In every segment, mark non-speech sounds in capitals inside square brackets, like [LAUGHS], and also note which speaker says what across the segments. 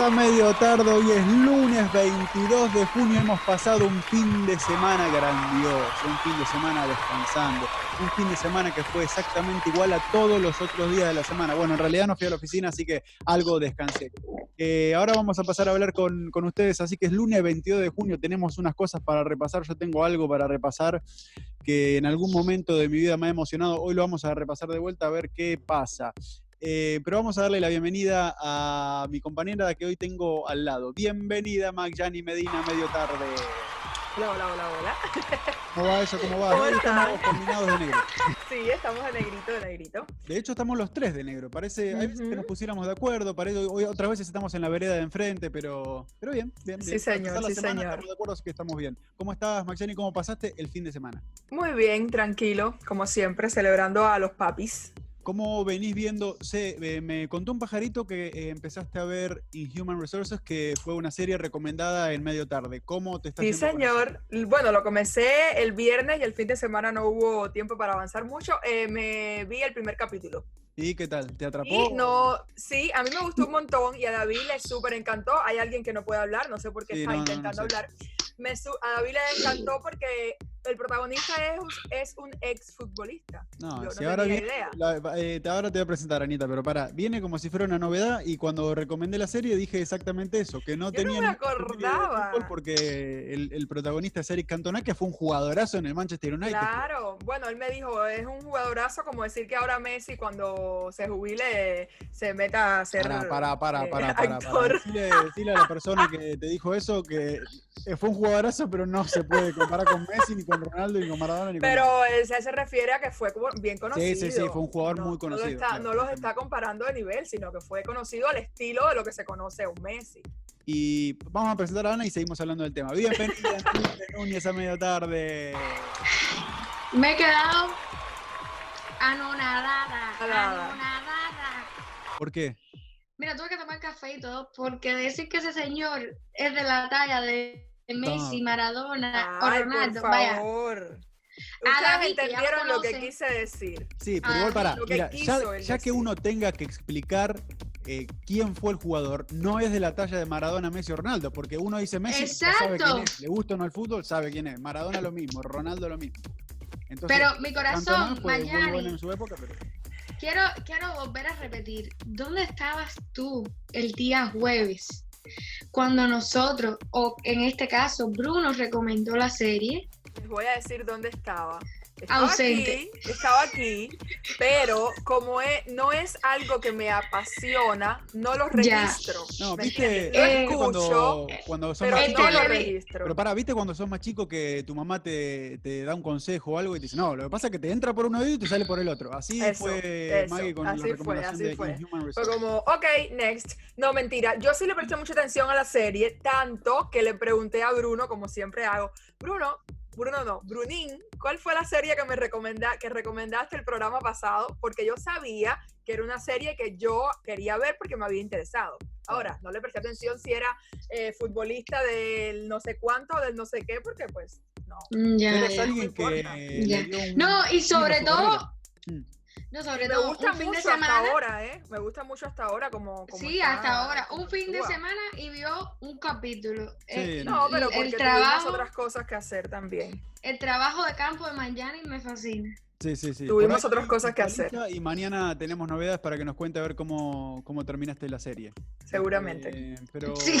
Speaker 1: a medio tarde, hoy es lunes 22 de junio, hemos pasado un fin de semana grandioso, un fin de semana descansando, un fin de semana que fue exactamente igual a todos los otros días de la semana. Bueno, en realidad no fui a la oficina, así que algo descansé. Eh, ahora vamos a pasar a hablar con, con ustedes, así que es lunes 22 de junio, tenemos unas cosas para repasar, yo tengo algo para repasar que en algún momento de mi vida me ha emocionado, hoy lo vamos a repasar de vuelta a ver qué pasa. Eh, pero vamos a darle la bienvenida a mi compañera que hoy tengo al lado. Bienvenida, Mac Yani Medina, medio tarde.
Speaker 2: Hola, hola, hola, hola. [LAUGHS]
Speaker 1: ¿Cómo va eso? ¿Cómo va? Hoy estamos combinados de negro.
Speaker 2: Sí, estamos de negrito, de negrito.
Speaker 1: De hecho, estamos los tres de negro. Parece, hay veces que nos pusiéramos de acuerdo, parece, hoy otras veces estamos en la vereda de enfrente, pero, pero bien, bien, bien.
Speaker 2: Sí, señor,
Speaker 1: Pasar la
Speaker 2: sí,
Speaker 1: semana,
Speaker 2: señor.
Speaker 1: Estamos de acuerdo, así que estamos bien. ¿Cómo estás, Mac Yani? ¿Cómo pasaste el fin de semana?
Speaker 2: Muy bien, tranquilo, como siempre, celebrando a los papis.
Speaker 1: ¿Cómo venís viendo? Sé, eh, me contó un pajarito que eh, empezaste a ver Inhuman Resources, que fue una serie recomendada en medio tarde. ¿Cómo te estás
Speaker 2: Sí, señor. Bueno, lo comencé el viernes y el fin de semana no hubo tiempo para avanzar mucho. Eh, me vi el primer capítulo.
Speaker 1: ¿Y qué tal? ¿Te atrapó?
Speaker 2: Y no, sí, a mí me gustó un montón y a David le súper encantó. Hay alguien que no puede hablar, no sé por qué
Speaker 1: Sí,
Speaker 2: está
Speaker 1: no, no, no
Speaker 2: intentando
Speaker 1: sé.
Speaker 2: hablar. Me su- a David le encantó porque el protagonista es, es un ex futbolista.
Speaker 1: No,
Speaker 2: Yo
Speaker 1: si
Speaker 2: no
Speaker 1: Ah, ahora,
Speaker 2: tenía
Speaker 1: viene-
Speaker 2: idea.
Speaker 1: la- eh, te- ahora te voy a presentar, Anita, pero para, viene como si fuera una novedad y cuando recomendé la serie dije exactamente eso, que no
Speaker 2: Yo no
Speaker 1: tenía
Speaker 2: me
Speaker 1: ningún sentido de
Speaker 2: acordaba.
Speaker 1: fútbol porque el, el protagonista es Eric Cantona, que fue un jugadorazo en el Manchester United.
Speaker 2: Claro, bueno, él me dijo, es un jugadorazo, como decir que ahora Messi cuando se jubile se meta a ser
Speaker 1: Para, para, para,
Speaker 2: [LAUGHS] eh,
Speaker 1: para, para,
Speaker 2: actor.
Speaker 1: Decirle, a la persona que te dijo eso que eh, fue un jugadorazo, pero no se puede comparar con Messi, ni con Ronaldo, ni con Maradona, ni con nadie.
Speaker 2: Pero él se se refiere a que fue como bien conocido.
Speaker 1: Sí, sí, sí, fue un jugador
Speaker 2: No-
Speaker 1: muy conocido.
Speaker 2: No, lo está-
Speaker 1: claro,
Speaker 2: no los
Speaker 1: exactamente.
Speaker 2: está comparando de nivel, sino que fue conocido al estilo de lo que se conoce un Messi.
Speaker 1: Y vamos a presentar a Ana y seguimos hablando del tema.
Speaker 2: [LAUGHS]
Speaker 1: Bienvenida, Anita Núñez, a medio tarde.
Speaker 3: Me he quedado anonadada,
Speaker 2: Anonadada.
Speaker 3: anonadada.
Speaker 1: ¿Por qué?
Speaker 3: Mira, tuve que tomar café y todo porque decir que ese señor es de la talla de Messi, Maradona o
Speaker 2: Ay,
Speaker 3: Ah, Ronaldo,
Speaker 2: por
Speaker 3: vaya.
Speaker 2: favor.
Speaker 3: A
Speaker 2: Ustedes
Speaker 3: David, que ya lo
Speaker 2: entendieron lo que
Speaker 3: conocen.
Speaker 2: quise decir.
Speaker 1: Sí, pero
Speaker 3: Ah,
Speaker 1: igual para,
Speaker 2: lo que
Speaker 1: mira,
Speaker 2: quiso
Speaker 1: ya,
Speaker 2: él
Speaker 1: ya que
Speaker 2: decir.
Speaker 1: uno tenga que explicar eh, quién fue el jugador, no es de la talla de Maradona, Messi o Ronaldo, porque uno dice Messi, ya sabe
Speaker 3: Exacto.
Speaker 1: quién es, le gusta o no el fútbol, sabe quién es, Maradona lo mismo, Ronaldo lo mismo. Entonces,
Speaker 3: Pero mi
Speaker 1: Cantona
Speaker 3: corazón,
Speaker 1: fue pues, muy bueno
Speaker 3: Mayani,
Speaker 1: en su época, pero
Speaker 3: quiero, quiero volver a repetir, ¿dónde estabas tú el día jueves? Cuando nosotros, o en este caso Bruno recomendó la serie,
Speaker 2: Les voy a decir dónde estaba. Estaba
Speaker 3: Ausente.
Speaker 2: aquí, estaba aquí, pero como e- no es algo que me apasiona, no lo
Speaker 3: Ya. Eh,
Speaker 2: registro.
Speaker 1: no,
Speaker 2: ¿me
Speaker 1: viste,
Speaker 2: entiendes? Lo
Speaker 1: ¿viste
Speaker 2: escucho,
Speaker 1: cuando, cuando son
Speaker 2: pero
Speaker 1: más
Speaker 3: el
Speaker 2: no
Speaker 1: chicos,
Speaker 2: lo
Speaker 3: tele-
Speaker 2: registro.
Speaker 1: pero para, viste cuando sos más chico que tu mamá te, te da un consejo o algo y te dice, no, lo que pasa es que te entra por un oído y te sale por el otro. Así
Speaker 2: Eso,
Speaker 1: fue
Speaker 2: eso,
Speaker 1: Maggie con
Speaker 2: así
Speaker 1: la
Speaker 2: fue,
Speaker 1: recomendación
Speaker 2: así
Speaker 1: de
Speaker 2: fue.
Speaker 1: Inhuman
Speaker 2: Fue
Speaker 1: Resources.
Speaker 2: como, ok, next. No, mentira. Yo sí le presté mucha atención a la serie, tanto que le pregunté a Bruno, como siempre hago, Bruno, Bruno no, Brunín, ¿cuál fue la serie que me recomenda, que recomendaste el programa pasado? Porque yo sabía que era una serie que yo quería ver porque me había interesado. Ahora, no le presté atención si era eh, futbolista del no sé cuánto, del no sé qué, porque pues no.
Speaker 3: Mm, ya,
Speaker 1: Pero es
Speaker 3: ya.
Speaker 1: alguien que
Speaker 2: no
Speaker 1: le
Speaker 3: Ya.
Speaker 1: dio un-
Speaker 3: No, y
Speaker 1: Sí, por
Speaker 3: sobre
Speaker 1: su
Speaker 3: todo,
Speaker 1: carrera. Mm.
Speaker 3: no, sobre
Speaker 2: Me
Speaker 3: todo,
Speaker 2: gusta
Speaker 3: un fin de
Speaker 2: mucho hasta
Speaker 3: semana.
Speaker 2: ahora, ¿eh? Me gusta mucho hasta ahora como... como
Speaker 3: Sí,
Speaker 2: está,
Speaker 3: hasta ahora.
Speaker 2: como
Speaker 3: Un fin de
Speaker 2: actúa.
Speaker 3: semana y vio un capítulo.
Speaker 1: Sí,
Speaker 3: el,
Speaker 2: No, pero
Speaker 3: el
Speaker 2: porque tuvimos
Speaker 3: trabajo,
Speaker 2: otras cosas que hacer también.
Speaker 3: el trabajo de campo de Mangiani me fascina.
Speaker 1: Sí, sí, sí.
Speaker 2: Tuvimos
Speaker 1: Por ahí
Speaker 2: otras cosas que
Speaker 1: actualiza
Speaker 2: hacer.
Speaker 1: Y mañana tenemos novedades para que nos cuente a ver cómo, cómo terminaste la serie.
Speaker 2: Seguramente.
Speaker 1: Eh, pero
Speaker 3: [LAUGHS] Sí.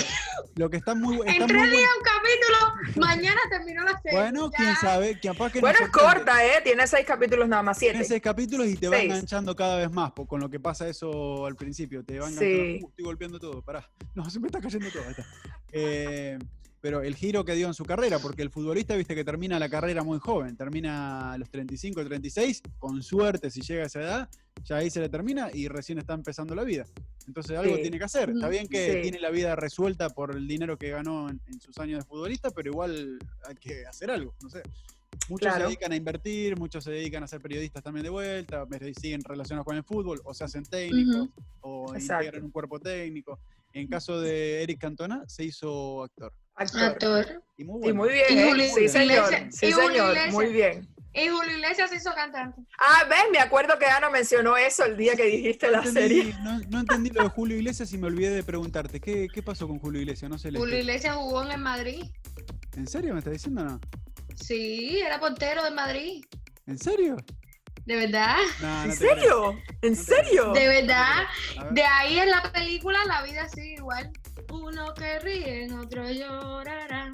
Speaker 1: lo que está muy, bu- está
Speaker 3: En
Speaker 1: muy
Speaker 3: tres
Speaker 1: bueno.
Speaker 3: días un capítulo, mañana terminó la serie.
Speaker 1: Bueno,
Speaker 3: ya.
Speaker 1: quién sabe, que capaz que
Speaker 2: bueno,
Speaker 1: nos
Speaker 2: es
Speaker 1: sorprende.
Speaker 2: corta, ¿eh? Tiene seis capítulos nada más, siete.
Speaker 1: Tiene seis capítulos y te va
Speaker 2: Seis.
Speaker 1: enganchando cada vez más, po- con lo que pasa eso al principio. Te va
Speaker 2: Sí.
Speaker 1: enganchando. Uh, estoy golpeando todo, pará. [LAUGHS] No, se me está cayendo todo. ahí está. Eh, pero el giro que dio en su carrera, porque el futbolista, viste que termina la carrera muy joven, termina a los 35, 36, con suerte si llega a esa edad, ya ahí se le termina y recién está empezando la vida. Entonces algo
Speaker 2: Sí.
Speaker 1: tiene que hacer. Está bien que
Speaker 2: Sí.
Speaker 1: tiene la vida resuelta por el dinero que ganó en, en sus años de futbolista, pero igual hay que hacer algo, no sé. Muchos se
Speaker 2: Claro.
Speaker 1: dedican a invertir, muchos se dedican a ser periodistas también de vuelta, pero siguen relacionados con el fútbol, o se hacen técnicos, o
Speaker 2: Exacto.
Speaker 1: integran un cuerpo técnico. En caso de Eric Cantona, se hizo actor.
Speaker 2: Actor.
Speaker 3: Actor.
Speaker 1: Y muy
Speaker 2: Y
Speaker 1: bueno.
Speaker 2: muy bien,
Speaker 3: Ah, Y
Speaker 2: ¿eh?
Speaker 3: Julio
Speaker 2: Sí, señor.
Speaker 3: Iglesias.
Speaker 2: Sí,
Speaker 3: Y Julio
Speaker 2: señor.
Speaker 3: Iglesias.
Speaker 2: Muy bien.
Speaker 3: Y Julio Iglesias hizo cantante.
Speaker 2: Ah, ven, me acuerdo que Ana mencionó eso el día que dijiste la
Speaker 1: No entendí,
Speaker 2: serie.
Speaker 1: no, no entendí lo de Julio Iglesias y me olvidé de preguntarte. ¿Qué, qué pasó con Julio Iglesias? No sé. le-
Speaker 3: Julio Iglesias jugó en el Madrid.
Speaker 1: ¿En serio me está diciendo o no?
Speaker 3: Sí, era portero de Madrid.
Speaker 1: ¿En serio?
Speaker 3: De verdad,
Speaker 1: No,
Speaker 2: ¿En
Speaker 1: no te creo.
Speaker 2: serio? ¿En
Speaker 1: No te
Speaker 2: serio?
Speaker 3: de verdad.
Speaker 1: A ver.
Speaker 3: De ahí en la película la vida sigue igual. Uno que ríe, en otro llorará.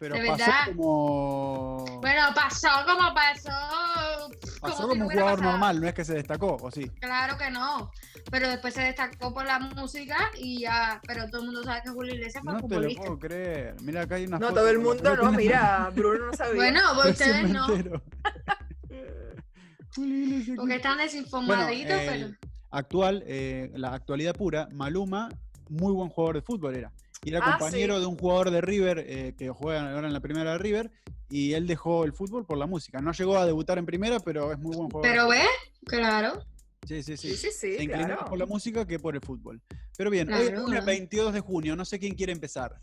Speaker 1: Pero
Speaker 3: de
Speaker 1: pasó
Speaker 3: verdad.
Speaker 1: como.
Speaker 3: Bueno, pasó como pasó.
Speaker 1: pasó
Speaker 3: si
Speaker 1: como
Speaker 3: no
Speaker 1: un
Speaker 3: hubiera
Speaker 1: jugador
Speaker 3: pasado.
Speaker 1: normal, no es que se destacó, ¿o sí?
Speaker 3: Claro que no. Pero después se destacó por la música y ya. Pero todo el mundo sabe que Julio Iglesias fue
Speaker 1: No te lo
Speaker 3: futbolista.
Speaker 1: puedo creer. Mira, acá hay una
Speaker 2: No,
Speaker 1: foto
Speaker 2: todo el
Speaker 1: con la
Speaker 2: mundo
Speaker 1: pelota
Speaker 2: no,
Speaker 1: en la
Speaker 2: mira, Bruno no sabía.
Speaker 3: Bueno, pues
Speaker 1: mano. [LAUGHS]
Speaker 3: ustedes
Speaker 1: Recién me
Speaker 3: no.
Speaker 2: [LAUGHS]
Speaker 1: entero. Julio Iglesias,
Speaker 3: Porque
Speaker 1: ¿qué-
Speaker 3: están desinformaditos,
Speaker 1: Bueno,
Speaker 3: pero.
Speaker 1: el actual, eh, la actualidad pura, Maluma, muy buen jugador de fútbol era. Y era
Speaker 2: Ah,
Speaker 1: compañero
Speaker 2: sí.
Speaker 1: de un jugador de River eh, que juega ahora en la primera de River y él dejó el fútbol por la música. No llegó a debutar en primera, pero es muy buen jugador.
Speaker 3: Pero ve, claro.
Speaker 1: sí, sí, sí.
Speaker 2: sí, sí, sí,
Speaker 1: Se inclinó
Speaker 2: claro.
Speaker 1: más por la música que por el fútbol. Pero bien, hoy es
Speaker 3: Claro.
Speaker 1: lunes 22 de junio, no sé quién quiere empezar.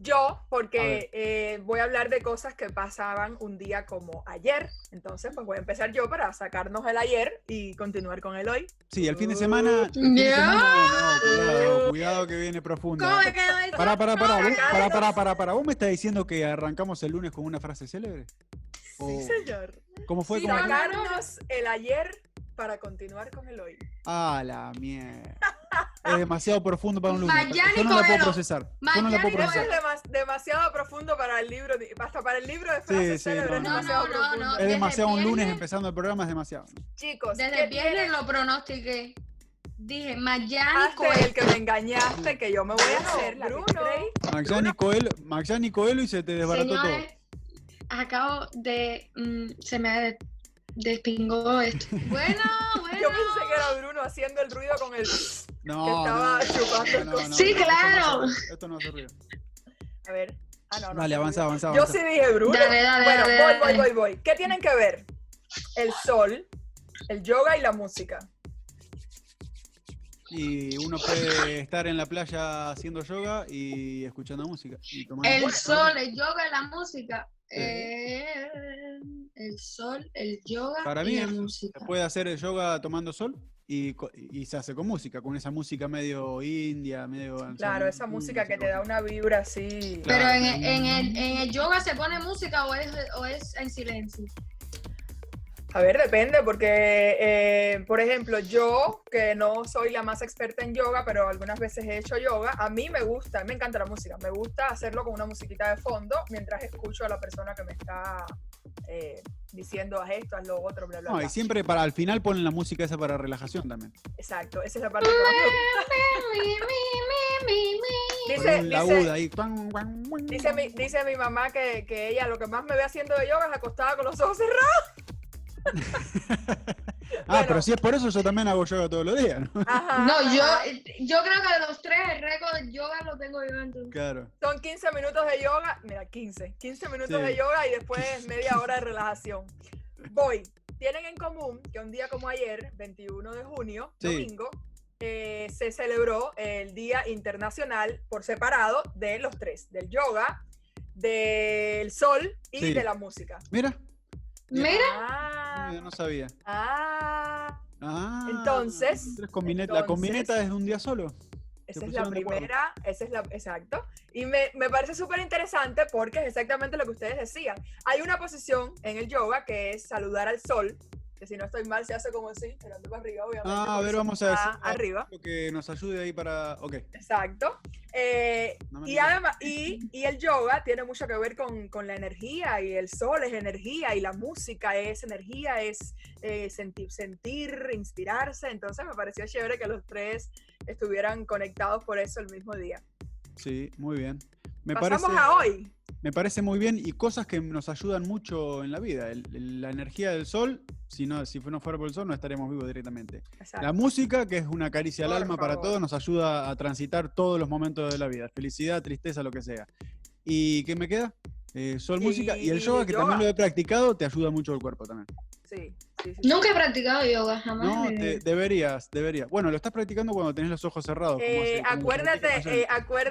Speaker 2: Yo,
Speaker 1: A ver.
Speaker 2: porque eh, voy a hablar de cosas que pasaban un día como ayer. Entonces, pues voy a empezar yo para sacarnos el ayer y continuar con el hoy.
Speaker 1: Sí, el fin de semana. el fin de
Speaker 3: Ya.
Speaker 1: semana- no, cuidado, cuidado que viene profundo.
Speaker 3: ¿Cómo me quedó eso?
Speaker 1: Pará, pará, pará,
Speaker 3: ¿Cómo
Speaker 1: vos-
Speaker 3: me quedó?
Speaker 1: pará, pará, pará, pará. ¿Vos me estás diciendo que arrancamos el lunes con una frase célebre? O- Oh.
Speaker 2: Sí, señor.
Speaker 1: ¿Cómo fue?
Speaker 3: Sí,
Speaker 1: ¿Cómo
Speaker 3: no,
Speaker 1: fue?
Speaker 3: no.
Speaker 2: Sacarnos el ayer para continuar con el hoy.
Speaker 1: Ah, la mierda. Es demasiado profundo para un lunes.
Speaker 3: Mañana
Speaker 1: Yo no la puedo
Speaker 3: Coelho.
Speaker 1: procesar. Yo no la
Speaker 3: Mañana
Speaker 1: puedo
Speaker 2: Eso es
Speaker 1: procesar.
Speaker 2: demas- demasiado profundo para el libro, de- hasta para el libro de frases
Speaker 1: sí,
Speaker 2: célebres.
Speaker 1: no,
Speaker 2: es
Speaker 1: no. Eh,
Speaker 2: demasiado
Speaker 3: No, no, no,
Speaker 2: profundo.
Speaker 3: no.
Speaker 1: Es
Speaker 3: Desde
Speaker 1: demasiado un lunes
Speaker 3: viernes-
Speaker 1: empezando el programa, es demasiado.
Speaker 2: Chicos,
Speaker 3: Desde el
Speaker 2: ¿qué
Speaker 3: viernes
Speaker 2: tienen
Speaker 3: lo pronostiqué. Dije, Mayani
Speaker 2: Hazte el
Speaker 3: Coelho.
Speaker 2: que me engañaste, que yo me voy a hacer la
Speaker 4: Bruno.
Speaker 2: Betray.
Speaker 1: Maxani Coelho, Maxani Coelho y se te desbarató todo.
Speaker 3: Señores, acabo de. mm, se me de-
Speaker 2: [LAUGHS]
Speaker 3: despingó esto. Bueno, bueno.
Speaker 2: Yo pensé que era Bruno haciendo el ruido con el.
Speaker 1: No,
Speaker 2: que estaba chupando el coso.
Speaker 3: Sí,
Speaker 1: esto no hace
Speaker 3: claro.
Speaker 1: ruido, Esto no hace ruido.
Speaker 2: A ver. Ah, no, no.
Speaker 1: Dale, avanza, avanza.
Speaker 2: Yo
Speaker 1: avanza.
Speaker 2: sí dije Bruno.
Speaker 3: Dale, dale,
Speaker 2: bueno,
Speaker 3: dale,
Speaker 2: voy,
Speaker 3: dale.
Speaker 2: voy, voy, voy. ¿Qué tienen que ver? El sol, el yoga y la música.
Speaker 1: Y uno puede estar en la playa haciendo yoga y escuchando música. y tomando-
Speaker 3: El
Speaker 1: Bueno,
Speaker 3: sol, el yoga, la música.
Speaker 1: Sí.
Speaker 3: Eh, el sol, el yoga
Speaker 1: Para
Speaker 3: y
Speaker 1: mí
Speaker 3: la
Speaker 1: es-
Speaker 3: música.
Speaker 1: Se puede hacer el yoga tomando sol y, co- y se hace con música, con esa música medio india, medio...
Speaker 2: Claro, esa música que te da una vibra así.
Speaker 1: Claro.
Speaker 3: Pero en, el- en el, en el yoga se pone música o es, o es en silencio.
Speaker 2: A ver, depende, porque, eh, por ejemplo, yo, que no soy la más experta en yoga, pero algunas veces he hecho yoga, a mí me gusta, me encanta la música, me gusta hacerlo con una musiquita de fondo mientras escucho a la persona que me está eh, diciendo haz esto, haz lo otro, bla, bla,
Speaker 1: No,
Speaker 2: bla.
Speaker 1: y siempre para al final ponen la música esa para relajación también.
Speaker 2: Exacto, esa es la parte que más me gusta.
Speaker 3: Mi, mi, mi, mi, mi.
Speaker 2: Dice,
Speaker 1: la
Speaker 2: dice-
Speaker 1: aguda ahí. guan, guan, guan.
Speaker 2: dice mi, dice mi mamá que, que ella lo que más me ve haciendo de yoga es acostada con los ojos
Speaker 3: [LAUGHS]
Speaker 2: cerrados.
Speaker 1: ah,
Speaker 2: bueno.
Speaker 1: pero si es por eso yo también hago yoga todos los días, ¿no?
Speaker 2: Ajá,
Speaker 1: Ah.
Speaker 3: No, yo,
Speaker 2: ajá.
Speaker 3: yo creo que de los tres el récord de yoga lo tengo yo entonces.
Speaker 1: Claro.
Speaker 2: Son 15 minutos de yoga, mira, 15, 15 minutos
Speaker 1: Sí.
Speaker 2: de yoga y después media hora de relajación. Voy. Tienen en común que un día como ayer, 21 de junio,
Speaker 1: Sí.
Speaker 2: domingo, eh, se celebró el Día Internacional por separado de los tres, del yoga, del sol y
Speaker 1: Sí.
Speaker 2: de la música.
Speaker 1: Mira,
Speaker 3: Mira,
Speaker 2: Ah,
Speaker 1: mira, no sabía.
Speaker 2: ah,
Speaker 1: Ah,
Speaker 2: Entonces,
Speaker 1: tres combine- la
Speaker 2: entonces-
Speaker 1: combineta es de un día solo.
Speaker 2: Esa
Speaker 1: Se
Speaker 2: es la
Speaker 1: pusieron de acuerdo.
Speaker 2: primera, esa es la, exacto. Y me, me parece súper interesante porque es exactamente lo que ustedes decían. Hay una posición en el yoga que es saludar al sol, que si no estoy mal se hace como así, mirando para arriba, obviamente.
Speaker 1: Ah, a
Speaker 2: porque
Speaker 1: ver,
Speaker 2: el sol
Speaker 1: vamos a
Speaker 2: está
Speaker 1: decir-
Speaker 2: Arriba,
Speaker 1: Lo que nos ayude ahí para... Ok.
Speaker 2: exacto. Eh,
Speaker 1: no me
Speaker 2: y
Speaker 1: mires.
Speaker 2: además, y, y el yoga tiene mucho que ver con, con la energía, y el sol es energía, y la música es energía, es eh, sentir, sentir, inspirarse. Entonces me pareció chévere que los tres estuvieran conectados por eso el mismo día.
Speaker 1: Sí, muy bien. Me
Speaker 2: Pasamos
Speaker 1: parece...
Speaker 2: a hoy.
Speaker 1: Me parece muy bien y cosas que nos ayudan mucho en la vida. El- el- la energía del sol, si no, si no fuera por el sol, no estaremos vivos directamente. La música, que es una caricia al
Speaker 2: Por
Speaker 1: alma para
Speaker 2: favor.
Speaker 1: todos, nos ayuda a transitar todos los momentos de la vida. Felicidad, tristeza, lo que sea. ¿Y qué me queda? Eh, sol, música y el
Speaker 2: Y
Speaker 1: yoga, que
Speaker 2: yoga.
Speaker 1: también lo he practicado, te ayuda mucho el cuerpo también.
Speaker 2: Sí. sí, sí.
Speaker 3: Nunca he practicado yoga, jamás.
Speaker 1: No,
Speaker 3: en mi
Speaker 1: te-
Speaker 3: vida.
Speaker 1: deberías, deberías. Bueno, lo estás practicando cuando tenés los ojos cerrados. como
Speaker 2: Eh,
Speaker 1: hace- como
Speaker 2: acuérdate,
Speaker 1: practicas ayer.
Speaker 2: eh,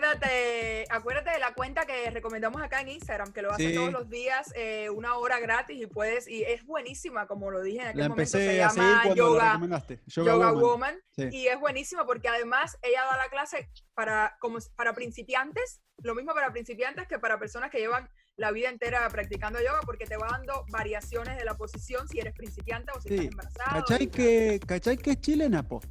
Speaker 2: acuérdate, acuérdate de la cuenta que recomendamos acá en Instagram, que lo hace
Speaker 1: Sí.
Speaker 2: todos los días, eh, una hora gratis y puedes, y es buenísima, como lo dije en aquel
Speaker 1: la
Speaker 2: momento,
Speaker 1: empecé
Speaker 2: se
Speaker 1: a seguir
Speaker 2: llama
Speaker 1: cuando la
Speaker 2: Yoga,
Speaker 1: recomendaste. Yoga,
Speaker 2: Yoga,
Speaker 1: Woman.
Speaker 2: Woman,
Speaker 1: Sí.
Speaker 2: y es buenísima porque además ella da la clase para, como, s- para principiantes, lo mismo para principiantes que para personas que llevan la vida entera practicando yoga, porque te va dando variaciones de la posición si eres principiante o si
Speaker 1: Sí.
Speaker 2: estás embarazada.
Speaker 1: ¿Cachai que, ¿Cachai que es chilena, po?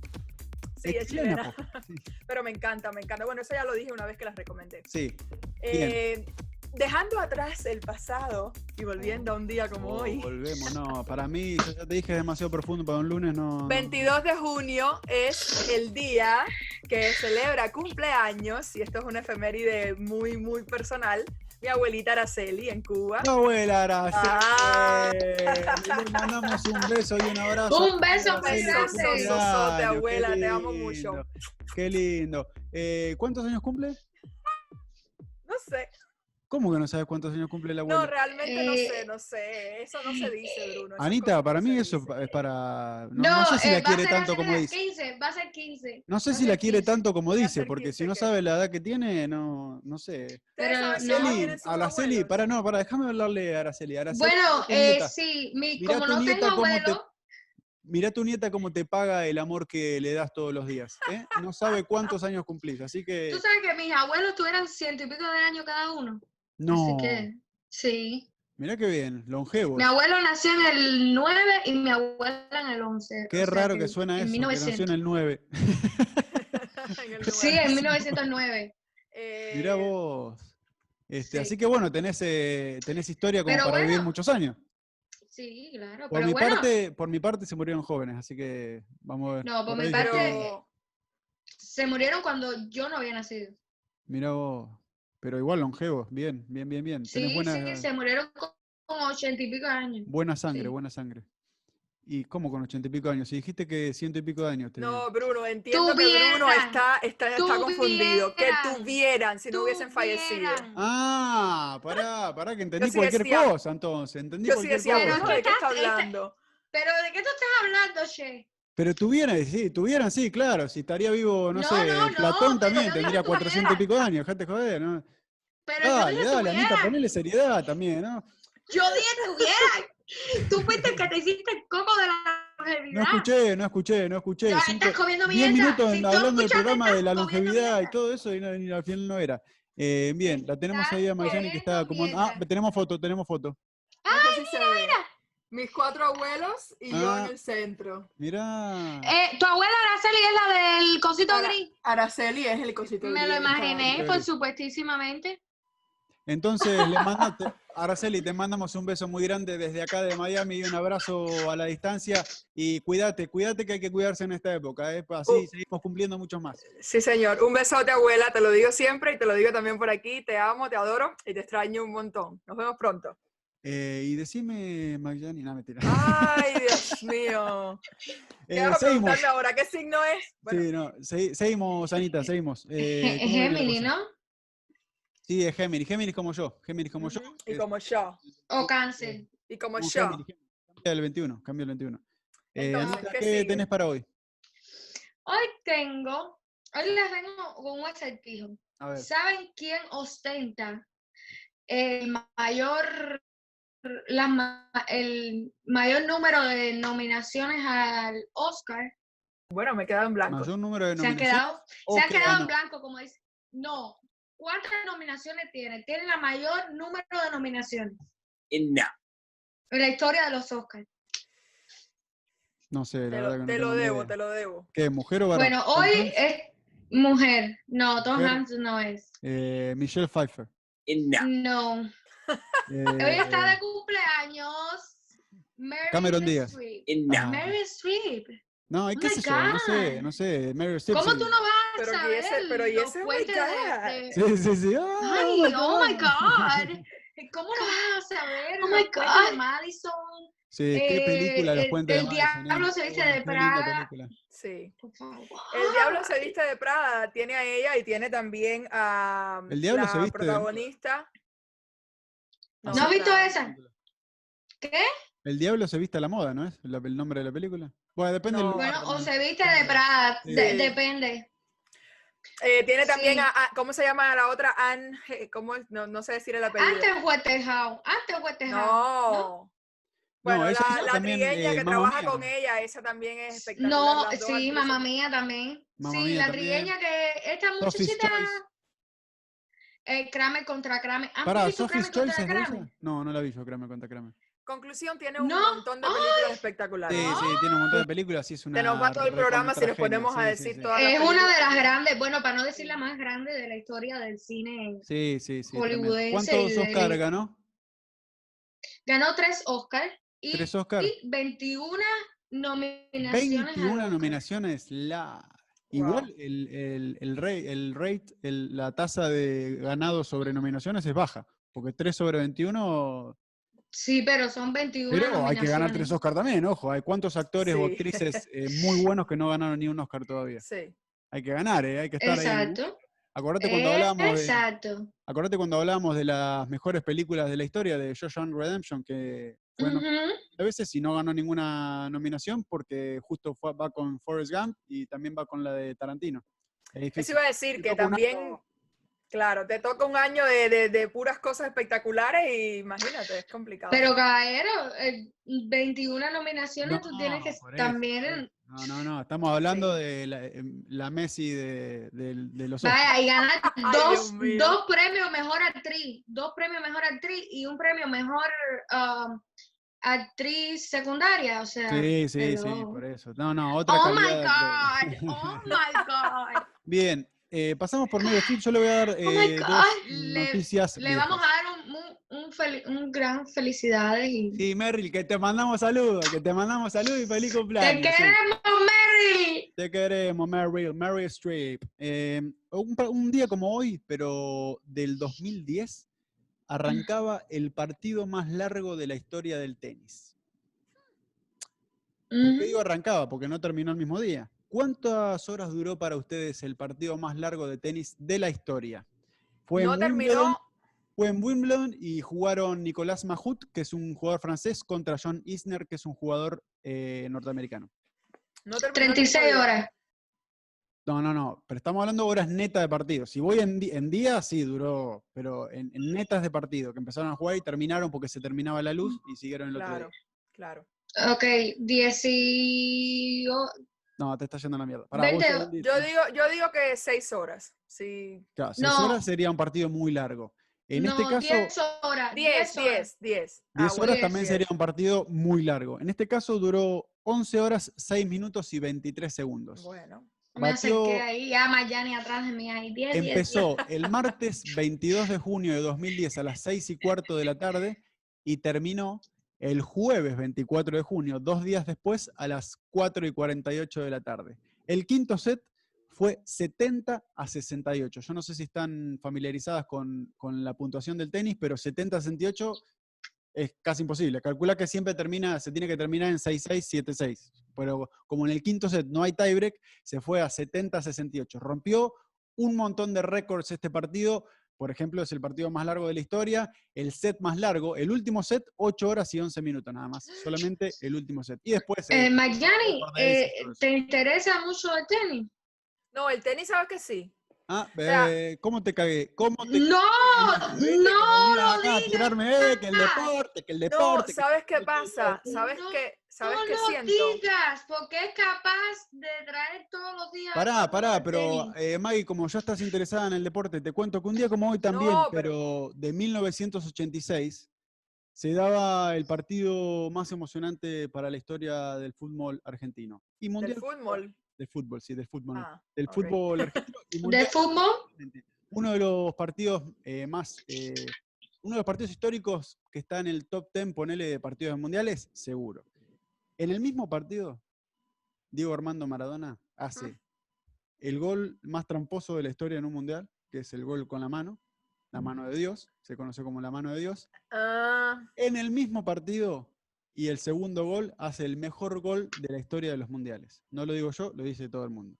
Speaker 2: Sí, es chilena,
Speaker 1: po. Sí,
Speaker 2: pero me encanta, me encanta. Bueno, eso ya lo dije una vez que las recomendé.
Speaker 1: sí.
Speaker 2: Eh, dejando atrás el pasado y volviendo a un día [LAUGHS] como
Speaker 1: Oh,
Speaker 2: hoy.
Speaker 1: volvemos. No, para mí, yo ya te dije, es demasiado profundo para un lunes, no. no.
Speaker 2: 22 de junio es el día que celebra cumpleaños, y esto es una efeméride muy, muy personal, mi abuelita Araceli en Cuba.
Speaker 1: Tu abuela Araceli. Eh,
Speaker 2: Ah.
Speaker 1: Le mandamos un beso y un abrazo.
Speaker 3: Un beso
Speaker 1: Araceli,
Speaker 3: muy grande.
Speaker 1: cumpleaños,
Speaker 2: Besosote, abuela,
Speaker 1: qué
Speaker 2: te amo
Speaker 1: lindo,
Speaker 2: mucho.
Speaker 1: Qué lindo. Eh, ¿Cuántos años cumple?
Speaker 2: No sé,
Speaker 1: ¿Cómo que no sabes cuántos años cumple la
Speaker 2: no,
Speaker 1: abuela?
Speaker 2: realmente no
Speaker 3: Eh,
Speaker 2: sé, no sé, eso no se dice, Bruno. esas
Speaker 1: Anita,
Speaker 2: cosas
Speaker 1: para
Speaker 2: no
Speaker 1: mí
Speaker 2: se
Speaker 1: eso
Speaker 2: dicen.
Speaker 1: es para. No, no sé si
Speaker 3: eh,
Speaker 1: la
Speaker 3: va a
Speaker 1: quiere tanto
Speaker 3: ser- va a ser
Speaker 1: como
Speaker 3: a las
Speaker 1: dice.
Speaker 3: 15, va a ser 15.
Speaker 1: No sé
Speaker 3: va a
Speaker 1: si la
Speaker 3: ser
Speaker 1: quiere
Speaker 3: 15.
Speaker 1: tanto como
Speaker 2: Va a
Speaker 1: dice,
Speaker 2: ser
Speaker 1: porque si
Speaker 2: 15,
Speaker 1: no
Speaker 2: ¿qué?
Speaker 1: sabe la edad que tiene, no, no sé.
Speaker 2: Ustedes
Speaker 3: Pero
Speaker 2: saben
Speaker 3: no.
Speaker 2: cómo
Speaker 1: Araceli,
Speaker 2: tienen sus
Speaker 1: a Araceli,
Speaker 2: abuelos.
Speaker 1: para no, para, déjame hablarle a Araceli. Araceli
Speaker 3: Bueno,
Speaker 1: tu
Speaker 3: eh,
Speaker 1: nieta.
Speaker 3: sí, mi,
Speaker 1: Mirá
Speaker 3: como
Speaker 1: tu
Speaker 3: no
Speaker 1: nieta
Speaker 3: tengo
Speaker 1: cómo te-
Speaker 3: abuelo,
Speaker 1: Mirá tu nieta cómo te paga el amor que le das todos los días. ¿eh? No sabe cuántos años cumplís, así que.
Speaker 3: tú sabes que mis abuelos tuvieron ciento y pico de años cada uno.
Speaker 1: No.
Speaker 3: Así que, sí.
Speaker 1: Mirá qué bien, longevo.
Speaker 3: Mi abuelo nació en el 9 y mi abuela en el 11.
Speaker 1: Qué
Speaker 3: o sea
Speaker 1: raro que suena eso,
Speaker 3: en
Speaker 1: que nació
Speaker 3: 1900.
Speaker 1: en el 9. [LAUGHS]
Speaker 2: [LAUGHS] En el
Speaker 3: Sí,
Speaker 2: lugar.
Speaker 3: en 1909.
Speaker 2: Eh,
Speaker 1: Mirá vos. Este,
Speaker 2: sí.
Speaker 1: Así que bueno, tenés, eh, tenés historia como
Speaker 3: Pero
Speaker 1: para vivir
Speaker 3: bueno.
Speaker 1: muchos años.
Speaker 3: Sí, claro.
Speaker 1: Por
Speaker 3: pero
Speaker 1: mi,
Speaker 3: bueno,
Speaker 1: parte, por mi parte se murieron jóvenes, así que vamos a ver.
Speaker 3: No, por mi
Speaker 1: ahí
Speaker 3: parte-
Speaker 1: dije,
Speaker 2: Pero,
Speaker 3: se murieron cuando yo no había nacido.
Speaker 1: Mirá vos. Pero igual longevos, bien, bien, bien, bien.
Speaker 3: Sí,
Speaker 1: Tenés buena,
Speaker 3: sí, se murieron con con ochenta y pico de años.
Speaker 1: buena sangre,
Speaker 3: sí.
Speaker 1: buena sangre. ¿Y cómo con ochenta y pico años? Si dijiste que ciento y pico de años. te-
Speaker 2: no, Bruno, entiendo que Bruno
Speaker 3: Tuvieran,
Speaker 2: está, está, está confundido. Que
Speaker 3: tuvieran,
Speaker 2: tuvieran si no hubiesen fallecido.
Speaker 3: Tuvieran.
Speaker 1: Ah, pará, pará, que entendí
Speaker 2: Yo sí
Speaker 1: cualquier
Speaker 2: decía-
Speaker 1: cosa entonces. Entendí
Speaker 2: Yo sí
Speaker 1: cualquier
Speaker 2: decía,
Speaker 1: cosa.
Speaker 3: Pero
Speaker 2: Bruno, ¿de qué está
Speaker 3: estás- está-
Speaker 2: hablando?
Speaker 3: Pero ¿de qué tú estás hablando, Che?
Speaker 1: Pero tuvieran, sí, tuvieran, sí, claro. Si estaría vivo, no,
Speaker 3: No,
Speaker 1: sé,
Speaker 3: no, no,
Speaker 1: Platón
Speaker 3: pero
Speaker 1: también
Speaker 3: no
Speaker 1: tendría
Speaker 3: digas
Speaker 1: cuatrocientos y pico de años, dejate joder, ¿no?
Speaker 3: Pero
Speaker 1: Dale,
Speaker 3: yo dije
Speaker 1: dale, Anita,
Speaker 3: tuvieran.
Speaker 1: ponele seriedad también, ¿no?
Speaker 3: Yo dije tuvieran. Tú fuiste el que te hiciste el coco de la longevidad.
Speaker 1: No escuché, no escuché, no escuché.
Speaker 3: Ya
Speaker 1: cinco-
Speaker 3: estás comiendo
Speaker 1: diez
Speaker 3: mierda.
Speaker 1: minutos
Speaker 3: Si tú
Speaker 1: hablando del
Speaker 3: escuchaste,
Speaker 1: programa de la
Speaker 3: estás comiendo
Speaker 1: longevidad y
Speaker 3: mierda.
Speaker 1: todo eso y, no- y al final no era. Eh, bien, la tenemos ahí a
Speaker 3: Estás
Speaker 1: Mayani que está
Speaker 3: comiendo
Speaker 1: como... Ah,
Speaker 3: mierda.
Speaker 1: tenemos foto, tenemos foto.
Speaker 2: No sé si se ve. Mis cuatro abuelos y yo en
Speaker 1: Ah.
Speaker 2: el centro.
Speaker 1: Mirá.
Speaker 3: Eh, tu abuela Araceli es la del cosito
Speaker 2: Ara-
Speaker 3: gris.
Speaker 2: Araceli es el cosito.
Speaker 3: Me lo
Speaker 2: gris,
Speaker 3: imaginé,
Speaker 1: Araceli.
Speaker 3: por supuestísimamente.
Speaker 1: Entonces, le manda, te- Araceli, te mandamos un beso muy grande desde acá de Miami y un abrazo a la distancia. Y cuídate, cuídate que hay que cuidarse en esta época, ¿eh? así
Speaker 2: Uh.
Speaker 1: seguimos cumpliendo muchos más.
Speaker 2: Sí, señor. Un besote, abuela. Te lo digo siempre y te lo digo también por aquí. Te amo, te adoro y te extraño un montón. Nos vemos pronto.
Speaker 1: Eh, y decime, Mayani, no, mentira.
Speaker 2: Ay,
Speaker 1: [LAUGHS]
Speaker 2: Dios mío.
Speaker 1: Eh,
Speaker 2: ¿Qué vas Ah,
Speaker 1: seguimos,
Speaker 2: a preguntarme ahora? ¿Qué signo es? Bueno,
Speaker 1: sí, no, segui- seguimos,
Speaker 2: [LAUGHS]
Speaker 1: Anita, seguimos. Eh,
Speaker 3: Es
Speaker 1: ¿cómo viene la
Speaker 3: Gemini,
Speaker 1: cosa?
Speaker 3: ¿no?
Speaker 1: Sí, es Géminis, Géminis como yo, Géminis como yo.
Speaker 2: ujú, Y
Speaker 1: es-
Speaker 2: como yo.
Speaker 3: O cáncer.
Speaker 2: Y como
Speaker 1: como
Speaker 2: yo.
Speaker 1: Géminis, Géminis. Cambia el 21, cambia el 21. Eh,
Speaker 2: Entonces,
Speaker 1: Anita,
Speaker 2: ¿qué
Speaker 1: ¿qué,
Speaker 2: sigue?
Speaker 1: tenés para hoy?
Speaker 3: Hoy tengo, hoy les vengo con un acertijo.
Speaker 1: A ver,
Speaker 3: ¿Saben quién ostenta el mayor, la ma- el mayor número de nominaciones al Oscar?
Speaker 2: Bueno, me quedo en blanco.
Speaker 1: mayor número de ah,
Speaker 3: Se han
Speaker 1: nominaciones.
Speaker 3: quedado,
Speaker 1: o
Speaker 3: se han
Speaker 1: que
Speaker 3: quedado
Speaker 1: ganó?
Speaker 3: en blanco, como dice. No. ¿Cuántas nominaciones tiene? Tiene la mayor número de nominaciones en la historia de los Oscars.
Speaker 1: No sé, la
Speaker 2: Te
Speaker 1: verdad que
Speaker 2: lo,
Speaker 1: no
Speaker 2: te
Speaker 1: tengo
Speaker 2: lo
Speaker 1: ni
Speaker 2: debo,
Speaker 1: idea.
Speaker 2: te lo debo.
Speaker 1: ¿Qué, mujer o varón?
Speaker 3: Bueno, hoy
Speaker 1: Entonces,
Speaker 3: es mujer. No, Tom
Speaker 1: Mujer.
Speaker 3: Hanks no es.
Speaker 1: eh, Michelle Pfeiffer.
Speaker 3: No. [LAUGHS] Hoy
Speaker 1: Eh,
Speaker 3: está de cumpleaños. Meryl
Speaker 1: Cameron Díaz.
Speaker 3: Streep.
Speaker 1: ah,
Speaker 3: Meryl Streep.
Speaker 1: No, ¿y
Speaker 3: Oh
Speaker 1: qué
Speaker 3: my
Speaker 1: sé yo? No sé,
Speaker 3: God.
Speaker 1: no sé. Meryl Streep.
Speaker 3: ¿Cómo
Speaker 1: sí.
Speaker 3: tú no vas a
Speaker 2: Pero que
Speaker 3: saber?
Speaker 2: ese- pero y
Speaker 3: los
Speaker 2: ese es my
Speaker 3: puentes
Speaker 2: God.
Speaker 3: de-
Speaker 1: Sí, sí, sí. Ah,
Speaker 3: Ay, oh my God. ¿Cómo no vas a saber?
Speaker 2: Oh
Speaker 3: los
Speaker 2: my
Speaker 3: puentes de
Speaker 2: God.
Speaker 3: Madison.
Speaker 1: Sí, qué
Speaker 3: Eh,
Speaker 1: película los
Speaker 3: el-
Speaker 1: puentes
Speaker 3: el
Speaker 1: de Madison, ¿eh?
Speaker 3: diablo se viste de
Speaker 1: qué linda
Speaker 3: Prada.
Speaker 1: película.
Speaker 2: Sí.
Speaker 3: Por favor.
Speaker 2: El diablo se viste de Prada, tiene a ella y tiene también a mm,
Speaker 1: El diablo
Speaker 2: la
Speaker 1: se viste de-
Speaker 2: protagonista.
Speaker 3: ¿No has visto
Speaker 2: claro.
Speaker 3: esa? ¿Qué?
Speaker 1: El diablo se viste a la moda, ¿no es? La- el nombre de la película. Bueno, depende del
Speaker 2: No.
Speaker 1: lugar
Speaker 3: Bueno, o
Speaker 1: también.
Speaker 3: se viste de Prada,
Speaker 1: Sí.
Speaker 3: de- depende.
Speaker 2: Eh, tiene también
Speaker 3: Sí.
Speaker 2: a, a- ¿cómo se llama la otra? Anne, eh, ¿cómo es? No, no sé decir el apellido.
Speaker 3: Antes Wetterhouse, antes Wetterhouse.
Speaker 2: no. Bueno,
Speaker 1: esa
Speaker 2: la,
Speaker 1: es
Speaker 2: la
Speaker 1: también,
Speaker 2: trigueña
Speaker 1: eh,
Speaker 2: que
Speaker 1: Mamma
Speaker 2: trabaja
Speaker 1: Mía,
Speaker 2: con
Speaker 1: ¿no?
Speaker 2: ella, esa también es espectacular.
Speaker 3: No,
Speaker 2: las dos
Speaker 3: sí,
Speaker 2: actrices.
Speaker 3: mamá mía también.
Speaker 1: Mamma
Speaker 3: sí,
Speaker 1: Mía
Speaker 3: la
Speaker 1: también.
Speaker 3: trigueña que esta
Speaker 1: Sophie's
Speaker 3: muchachita.
Speaker 1: Choice.
Speaker 3: eh, Kramer contra Kramer. ¿Han
Speaker 1: Pará,
Speaker 3: visto
Speaker 1: ¿Sophie's
Speaker 3: Kramer
Speaker 1: Choice
Speaker 3: contra
Speaker 1: es rusa?
Speaker 3: Kramer?
Speaker 1: No, no la vi yo, Kramer contra Kramer.
Speaker 2: Conclusión, tiene un
Speaker 3: No. ¡Ah!
Speaker 2: montón de películas espectaculares.
Speaker 1: Sí, sí, tiene un montón de películas, sí es una...
Speaker 2: Se nos va todo el programa si nos
Speaker 1: recontra
Speaker 2: ponemos
Speaker 1: genia,
Speaker 2: a
Speaker 1: sí,
Speaker 2: decir
Speaker 1: sí, sí.
Speaker 2: todas las
Speaker 3: Es una de
Speaker 2: películas.
Speaker 3: las grandes, bueno, para no decir la más grande de la historia del cine.
Speaker 1: Sí, sí, sí. tremendo.
Speaker 3: Hollywoodense
Speaker 1: ¿Cuántos
Speaker 3: y de-
Speaker 1: Oscar ganó?
Speaker 3: Ganó tres Oscars y,
Speaker 1: Tres Oscar.
Speaker 3: y 21 nominaciones. al
Speaker 1: 21
Speaker 3: Oscar.
Speaker 1: nominaciones. La... Igual el, el, el, rate, el rate el- la tasa de ganado sobre nominaciones es baja, porque 3 sobre 21...
Speaker 3: Sí, pero son 21
Speaker 1: Pero hay que ganar tres
Speaker 3: nominaciones.
Speaker 1: Oscar también, ojo. Hay cuántos actores o
Speaker 2: Sí.
Speaker 3: [LAUGHS]
Speaker 1: actrices eh, muy buenos que no ganaron ni un Oscar todavía.
Speaker 2: Sí.
Speaker 1: Hay que ganar, eh, hay que estar ahí. ¿no?
Speaker 3: Exacto. Eh,
Speaker 1: Acordate cuando hablábamos de,
Speaker 3: Exacto.
Speaker 1: Acordate cuando hablábamos de las mejores películas de la historia de Jojo Redemption, que fue nominada
Speaker 3: Ujú.
Speaker 1: a veces y no ganó ninguna nominación porque justo fue- va con Forrest Gump y también va con la de Tarantino. Es
Speaker 2: Eso
Speaker 1: difícil.
Speaker 2: iba a decir,
Speaker 1: Te
Speaker 2: que
Speaker 1: toca un
Speaker 2: también,
Speaker 1: año-
Speaker 2: claro, te toca un año de, de- de puras cosas espectaculares y imagínate, es complicado.
Speaker 3: Pero caballero, eh, 21 nominaciones, tú tienes que
Speaker 1: No, por eso,
Speaker 3: también...
Speaker 1: por eso. No, no, no, estamos hablando de la, em, la Messi de, del- de los Oscars.
Speaker 3: Vaya,
Speaker 1: [LAUGHS]
Speaker 3: y ganar
Speaker 2: Dios
Speaker 3: dos,
Speaker 2: mío.
Speaker 3: dos premios mejor actriz, dos premios mejor actriz y un premio mejor um, actriz secundaria, o sea...
Speaker 1: Sí, sí, sí,
Speaker 3: hello.
Speaker 1: por eso. No, no, otra
Speaker 3: Oh my
Speaker 1: calidad de-
Speaker 3: God, oh my God.
Speaker 1: [LAUGHS] Bien, eh, pasamos por medio film. Yo le voy a dar
Speaker 3: Oh my
Speaker 1: eh, dos
Speaker 3: God, le-
Speaker 1: noticias.
Speaker 3: Le vamos
Speaker 1: viejas.
Speaker 3: a dar un, un, un fel- un gran felicidades y...
Speaker 1: Sí, Merrill, que te mandamos saludos, que te mandamos saludos y feliz
Speaker 3: ¡Te
Speaker 1: cumpleaños. sí.
Speaker 3: queremos, Mary!
Speaker 1: Te queremos, Merrill, Meryl Streep. Eh, un, pa- un día como hoy, pero del 2010, arrancaba el partido más largo de la historia del tenis. ¿Por
Speaker 3: Ujú.
Speaker 1: qué digo arrancaba? Porque no terminó el mismo día. ¿Cuántas horas duró para ustedes el partido más largo de tenis de la historia? Fue
Speaker 2: no
Speaker 1: en Wimbledon-
Speaker 2: terminó,
Speaker 1: fue en Wimbledon y jugaron Nicolás Mahut, que es un jugador francés, contra John Isner, que es un jugador eh, norteamericano.
Speaker 2: no terminó.
Speaker 3: 36
Speaker 2: ningún día.
Speaker 3: horas.
Speaker 1: No, no, no, pero estamos hablando de horas netas de partido. Si voy en, di- en día, sí, duró, pero en, en netas de partido, que empezaron a jugar y terminaron porque se terminaba la luz y siguieron el otro
Speaker 2: Claro,
Speaker 1: día.
Speaker 2: claro.
Speaker 3: Ok, 18...
Speaker 1: No, te está yendo a la mierda. Pará, vos
Speaker 3: Veinte-
Speaker 1: ya-
Speaker 2: Yo digo, yo digo que seis horas. Sí.
Speaker 1: Claro, seis
Speaker 3: no.
Speaker 1: horas sería un partido muy largo. En este
Speaker 3: no, ah,
Speaker 1: caso,
Speaker 3: 10 horas.
Speaker 2: 10,
Speaker 3: 10 Ah, horas.
Speaker 2: 10, 10.
Speaker 1: 10
Speaker 3: bueno,
Speaker 1: horas
Speaker 3: diez,
Speaker 1: también
Speaker 2: diez.
Speaker 1: sería un partido muy largo. En este caso duró 11 horas, 6 minutos y 23 segundos.
Speaker 2: Bueno.
Speaker 3: Me acerqué
Speaker 1: Batió-
Speaker 3: ahí, ya Mayani atrás de mí ahí. 10, 10, 10.
Speaker 1: Empezó el martes 22 de junio de 2010 a las 6 y cuarto de la tarde y terminó el jueves 24 de junio, dos días después, a las 4 y 48 de la tarde. El quinto set fue 70 a 68. Yo no sé si están familiarizadas con, con la puntuación del tenis, pero 70 a 68 es casi imposible. Calcula que siempre termina, se tiene que terminar en 6-6, 7-6. Pero como en el quinto set no hay tiebreak, se fue a 70 a 68. Rompió un montón de récords este partido. Por ejemplo, es el partido más largo de la historia, el set más largo, el último set, 8 horas y 11 minutos nada más. Solamente el último set. Y después... eh,
Speaker 3: Eh, Mayani,
Speaker 1: Por ahí,
Speaker 3: eh,
Speaker 1: sí, por eso.
Speaker 3: ¿te interesa mucho el tenis?
Speaker 2: No, el tenis, ¿sabes que sí?
Speaker 1: ah,
Speaker 2: sea-
Speaker 1: eh, ¿Cómo te cagué? ¿Cómo te
Speaker 3: ¡No!
Speaker 1: cagué?
Speaker 3: ¡No
Speaker 1: Venía
Speaker 3: lo
Speaker 1: acá a
Speaker 3: digas!
Speaker 1: tirarme, eh, que el deporte, que el
Speaker 2: No,
Speaker 1: deporte. que-
Speaker 2: ¿sabes qué pasa? ¿Sabes
Speaker 3: No,
Speaker 2: qué? ¿Sabes
Speaker 3: ¡No
Speaker 2: qué
Speaker 3: lo
Speaker 2: siento?
Speaker 3: digas! Porque es capaz de traer todos los días.
Speaker 1: Pará,
Speaker 3: algo
Speaker 1: pará,
Speaker 3: de
Speaker 1: pero
Speaker 3: tenis.
Speaker 1: eh, Maggie, como ya estás interesada en el deporte, te cuento que un día como hoy también,
Speaker 2: No,
Speaker 1: pero de 1986, se daba el partido más emocionante para la historia del fútbol argentino. Y mundial.
Speaker 2: Del fútbol.
Speaker 1: Del fútbol, sí, del fútbol.
Speaker 2: Ah,
Speaker 1: del
Speaker 2: ok.
Speaker 1: fútbol argentino. y
Speaker 3: ¿De
Speaker 1: mundial.
Speaker 3: fútbol?
Speaker 1: Exactamente. Uno de los partidos eh, más, eh, uno de los partidos históricos que está en el top 10, ponele, de partidos mundiales, seguro. En el mismo partido, Diego Armando Maradona hace
Speaker 2: Ujú.
Speaker 1: el gol más tramposo de la historia en un mundial, que es el gol con la mano, la mano de Dios, se conoce como la mano de Dios.
Speaker 2: Ah,
Speaker 1: En el mismo partido y el segundo gol hace el mejor gol de la historia de los mundiales. No lo digo yo, lo dice todo el mundo.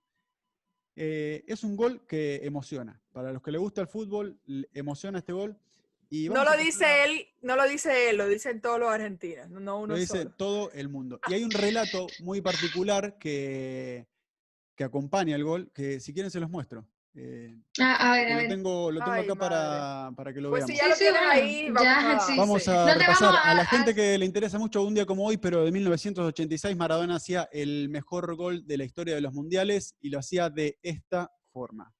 Speaker 1: Eh, es un gol que emociona. Para los que les gusta el fútbol, l- emociona este gol. Y
Speaker 2: No
Speaker 1: vamos
Speaker 2: lo
Speaker 1: a
Speaker 2: dice él, no lo dice él, lo dicen todos los argentinos, no uno
Speaker 1: Lo dice
Speaker 2: solo.
Speaker 1: todo el mundo. Y hay un relato muy particular que, que acompaña el gol, que si quieren se los muestro. Eh,
Speaker 3: Ah, a ver, a
Speaker 1: lo
Speaker 3: ver.
Speaker 1: tengo, lo tengo
Speaker 2: Ay,
Speaker 1: acá para, para que lo
Speaker 2: Pues si
Speaker 1: veamos.
Speaker 2: ya
Speaker 3: Sí,
Speaker 2: lo
Speaker 3: sí,
Speaker 2: tienen
Speaker 3: bueno,
Speaker 2: ahí,
Speaker 3: ya,
Speaker 2: vamos a...
Speaker 3: sí,
Speaker 1: Vamos
Speaker 2: sí.
Speaker 1: a
Speaker 3: No te
Speaker 1: repasar
Speaker 3: vamos
Speaker 1: a, la
Speaker 3: a-
Speaker 1: gente
Speaker 3: a-
Speaker 1: que le interesa mucho un día como hoy, pero de 1986 Maradona hacía el mejor gol de la historia de los mundiales y lo hacía de esta forma.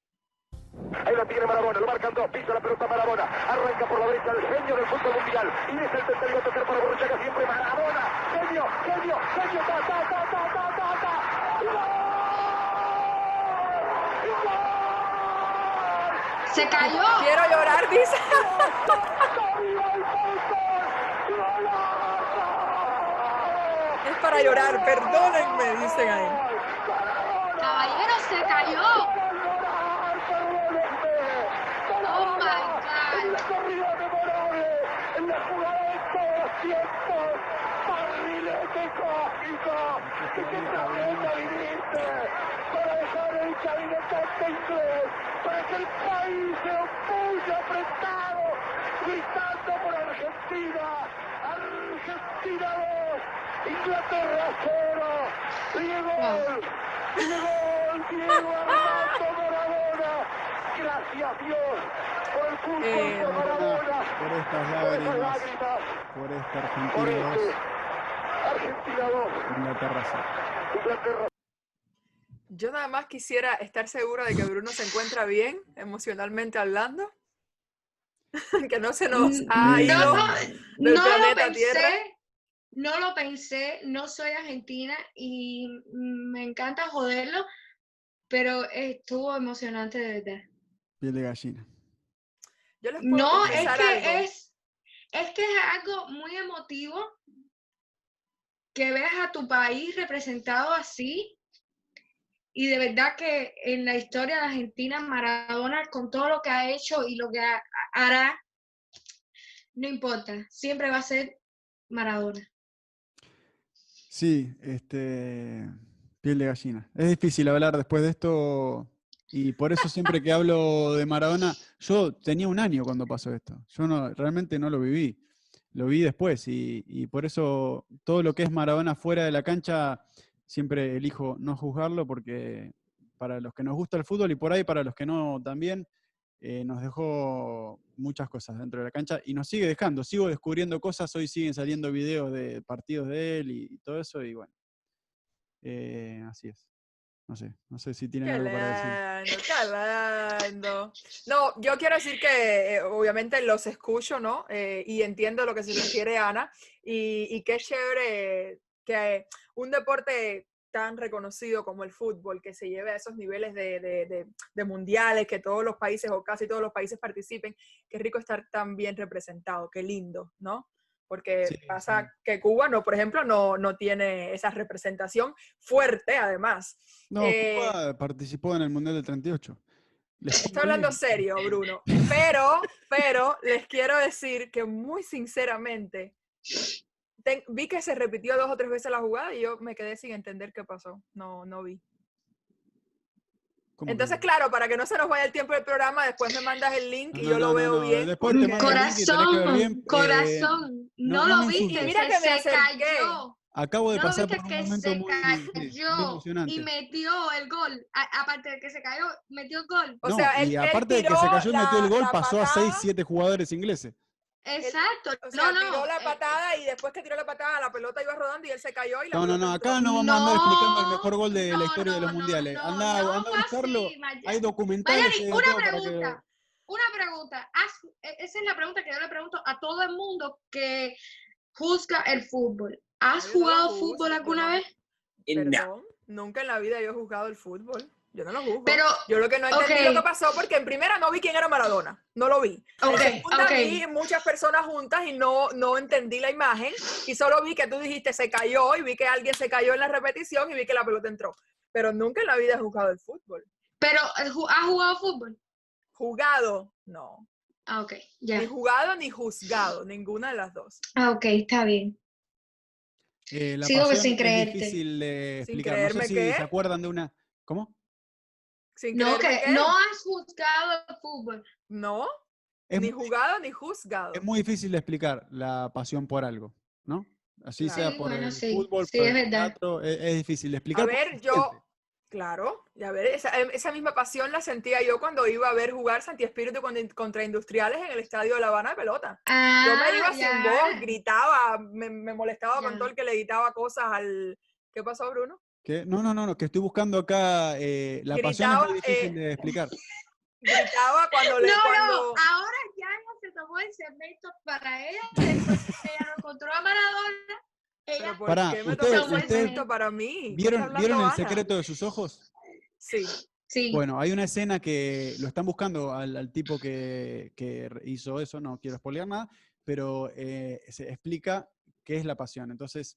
Speaker 4: Ahí lo tiene Marabona, lo marcan dos, pisa la pelota Marabona, arranca por la derecha el genio del fútbol mundial, y es el tercero tocar para Borruchaga siempre Marabona, genio, genio, genio, ta, ta, ta, ta, ta, ta, ta, ¡Gol! ¡Gol!
Speaker 3: Se cayó.
Speaker 2: Quiero llorar,
Speaker 3: [LAUGHS]
Speaker 2: dice.
Speaker 4: ¡Arriba el fútbol! ¡Golazo!
Speaker 2: Es para llorar, perdónenme, dicen ahí.
Speaker 3: Caballero, se cayó.
Speaker 4: ¡Para llorar, perdónenme!
Speaker 3: Oh my
Speaker 4: En
Speaker 3: God.
Speaker 4: la corrida memorable, en la jugada de todos los tiempos, barrilete cósmico, que se tableta viniste para dejar el cabinetante inglés, para que el país se opulle apretado, gritando por Argentina, Argentina 2, Inglaterra 0, Diego gol, Diego gol, Diego Armando Maradona, gracias Dios por el fútbol
Speaker 2: Eh,
Speaker 4: de Maradona,
Speaker 1: Por estas
Speaker 4: por esas
Speaker 1: lágrimas,
Speaker 4: lágrimas,
Speaker 1: por esta
Speaker 4: por
Speaker 1: Argentina 2,
Speaker 4: este Argentina 2,
Speaker 1: Inglaterra
Speaker 4: Inglaterra
Speaker 2: Yo nada más quisiera estar segura de que Bruno se encuentra bien, emocionalmente hablando. [LAUGHS] que no se nos
Speaker 3: Mm,
Speaker 2: ha
Speaker 1: Ay,
Speaker 3: No,
Speaker 2: ido.
Speaker 3: no,
Speaker 2: del
Speaker 3: no lo
Speaker 2: planeta
Speaker 3: pensé,
Speaker 2: Tierra.
Speaker 3: no lo pensé, no soy argentina y mm, me encanta joderlo, pero estuvo emocionante de verdad.
Speaker 1: piel de gallina.
Speaker 2: Yo les puedo
Speaker 3: No, es
Speaker 2: confesar
Speaker 3: que
Speaker 2: algo.
Speaker 3: es, es que es algo muy emotivo que veas a tu país representado así. Y de verdad que en la historia de Argentina, Maradona, con todo lo que ha hecho y lo que ha- hará, no importa, siempre va a ser Maradona.
Speaker 1: Sí, este, piel de gallina. Es difícil hablar después de esto y por eso siempre que hablo de Maradona, yo tenía un año cuando pasó esto. Yo no, realmente no lo viví, lo vi después y, y por eso todo lo que es Maradona fuera de la cancha siempre elijo no juzgarlo porque para los que nos gusta el fútbol y por ahí para los que no también eh, nos dejó muchas cosas dentro de la cancha y nos sigue dejando. Sigo descubriendo cosas, hoy siguen saliendo videos de partidos de él y, y todo eso, y bueno, Eh, así es. No sé, no sé si tienen
Speaker 2: Qué
Speaker 1: algo para decir.
Speaker 2: lindo, qué lindo. No, yo quiero decir que eh, obviamente los escucho, ¿no? Eh, y entiendo lo que se refiere Ana. Y, y qué chévere que un deporte tan reconocido como el fútbol, que se lleve a esos niveles de, de- de- de mundiales, que todos los países o casi todos los países participen, qué rico estar tan bien representado, qué lindo, ¿no? Porque
Speaker 1: Sí,
Speaker 2: pasa
Speaker 1: sí.
Speaker 2: que Cuba, no, por ejemplo, no, no tiene esa representación fuerte, además.
Speaker 1: No,
Speaker 2: Eh,
Speaker 1: Cuba participó en el Mundial del 38. Les fue
Speaker 2: Estoy hablando
Speaker 1: bien.
Speaker 2: serio, Bruno. Pero, pero les quiero decir que muy sinceramente ten- vi que se repitió dos o tres veces la jugada y yo me quedé sin entender qué pasó. No, no vi.
Speaker 1: ¿Cómo que
Speaker 2: Entonces,
Speaker 1: no?
Speaker 2: claro, para que no se nos vaya el tiempo del programa, después me mandas el link y
Speaker 1: No,
Speaker 2: yo
Speaker 1: no,
Speaker 2: lo
Speaker 1: no,
Speaker 2: veo
Speaker 1: no,
Speaker 2: bien.
Speaker 1: después te mando el link y tenés que ver
Speaker 3: corazón,
Speaker 1: bien, eh,
Speaker 3: corazón,
Speaker 1: no, no
Speaker 3: no, lo
Speaker 1: me
Speaker 3: viste,
Speaker 1: insultes.
Speaker 2: Mira que
Speaker 3: se,
Speaker 2: me
Speaker 3: se
Speaker 2: acerqué.
Speaker 3: cayó.
Speaker 1: Acabo de
Speaker 3: No lo
Speaker 1: pasar
Speaker 3: viste
Speaker 1: por un
Speaker 3: que
Speaker 1: momento
Speaker 3: se
Speaker 1: muy, sí, muy
Speaker 3: cayó
Speaker 1: emocionante.
Speaker 3: y metió el gol. A- aparte de que se cayó, metió el gol.
Speaker 2: O
Speaker 1: No,
Speaker 2: sea, él-
Speaker 1: y
Speaker 2: él
Speaker 1: aparte de que se
Speaker 2: tiró
Speaker 1: cayó y metió el
Speaker 2: la-
Speaker 1: gol,
Speaker 2: la
Speaker 1: pasó a 6,
Speaker 2: patada.
Speaker 1: 7 jugadores ingleses.
Speaker 3: Exacto.
Speaker 2: O sea,
Speaker 3: no, no.
Speaker 2: tiró la
Speaker 3: eh,
Speaker 2: patada y después que tiró la patada, la pelota iba rodando y él se cayó y la
Speaker 1: No, no, no,
Speaker 2: pelota
Speaker 1: acá
Speaker 2: entró.
Speaker 1: no vamos a andar explicando el mejor
Speaker 3: No,
Speaker 1: gol de la
Speaker 3: no,
Speaker 1: historia de los
Speaker 3: no,
Speaker 1: mundiales.
Speaker 3: no,
Speaker 1: Andá,
Speaker 3: no
Speaker 1: andá a
Speaker 3: fue
Speaker 1: buscarlo.
Speaker 3: así, Maya-
Speaker 1: Hay documentales.
Speaker 3: Mayari,
Speaker 1: hay de
Speaker 3: una
Speaker 1: todo para que-
Speaker 3: pregunta. Una pregunta. haz- e- esa es la pregunta que yo le pregunto a todo el mundo que juzga el fútbol. ¿Has
Speaker 2: Yo no lo
Speaker 3: jugado
Speaker 2: juzgo,
Speaker 3: fútbol
Speaker 2: yo
Speaker 3: alguna
Speaker 2: no.
Speaker 3: vez?
Speaker 2: Perdón, nunca en la vida yo he juzgado el fútbol. Yo no lo juzgo.
Speaker 3: Pero,
Speaker 2: yo lo que no entendí
Speaker 3: ok.
Speaker 2: lo que pasó porque en primera no vi quién era Maradona. No lo vi.
Speaker 3: ok,
Speaker 2: Segunda,
Speaker 3: ok.
Speaker 2: vi muchas personas juntas y no, no entendí la imagen y solo vi que tú dijiste se cayó y vi que alguien se cayó en la repetición y vi que la pelota entró. Pero nunca en la vida he jugado el fútbol.
Speaker 3: Pero, eh, ju- ¿has jugado fútbol?
Speaker 2: Jugado, no.
Speaker 3: Ah, ok, ya.
Speaker 2: Ni jugado ni juzgado, ninguna de las dos.
Speaker 3: Ah, ok, está bien.
Speaker 1: Eh, la
Speaker 3: Sigo
Speaker 1: pasión
Speaker 3: sin
Speaker 1: es
Speaker 3: creerte.
Speaker 1: difícil de
Speaker 2: Sin
Speaker 1: explicar. No
Speaker 2: creerme
Speaker 1: sé si
Speaker 2: qué.
Speaker 1: se acuerdan de una. ¿Cómo?
Speaker 2: Sin
Speaker 3: No,
Speaker 2: creerme
Speaker 3: que
Speaker 2: que-
Speaker 3: no has juzgado el fútbol.
Speaker 2: No,
Speaker 1: Es,
Speaker 2: ni jugado ni juzgado.
Speaker 1: es muy difícil de explicar la pasión por algo, ¿no? Así
Speaker 2: Claro.
Speaker 1: sea
Speaker 3: Sí,
Speaker 1: por
Speaker 3: bueno,
Speaker 1: el
Speaker 3: sí.
Speaker 1: fútbol,
Speaker 3: Sí,
Speaker 1: por
Speaker 3: es
Speaker 1: el
Speaker 3: verdad.
Speaker 1: teatro, es, es difícil de explicar.
Speaker 2: A
Speaker 1: porque
Speaker 2: ver,
Speaker 1: se
Speaker 2: yo,
Speaker 1: siente.
Speaker 2: claro, y a ver, esa, em- esa misma pasión la sentía yo cuando iba a ver jugar Santi Espíritu con- contra Industriales en el Estadio de La Habana de pelota. Yo me iba
Speaker 3: Ah,
Speaker 2: sin
Speaker 3: ya.
Speaker 2: voz, gritaba, me, me molestaba con
Speaker 3: Ya.
Speaker 2: todo el que le gritaba cosas al... ¿Qué pasó, Bruno?
Speaker 1: ¿Qué? No, no, no, no, que estoy buscando acá eh, la pasión es
Speaker 2: Gritaba,
Speaker 1: muy difícil
Speaker 2: eh,
Speaker 1: de explicar.
Speaker 2: Gritaba cuando le...
Speaker 3: [LAUGHS] No, ah,
Speaker 2: cuando...
Speaker 3: no, ahora ya no se tomó el segmento para ella, después ella lo encontró a Maradona,
Speaker 2: Pero
Speaker 3: ella
Speaker 2: ¿por
Speaker 1: Pará,
Speaker 2: qué me
Speaker 1: ustedes-
Speaker 2: tomas
Speaker 1: ustedes
Speaker 2: esto para mí? ¿Qué está
Speaker 1: ¿Vieron,
Speaker 2: hablando
Speaker 1: ¿vieron el
Speaker 2: Ana?
Speaker 1: secreto de sus ojos?
Speaker 2: Sí.
Speaker 3: sí,
Speaker 1: Bueno, hay una escena que lo están buscando al, al tipo que, que re- hizo eso, no quiero spoilear nada, pero eh, se explica qué es la pasión. Entonces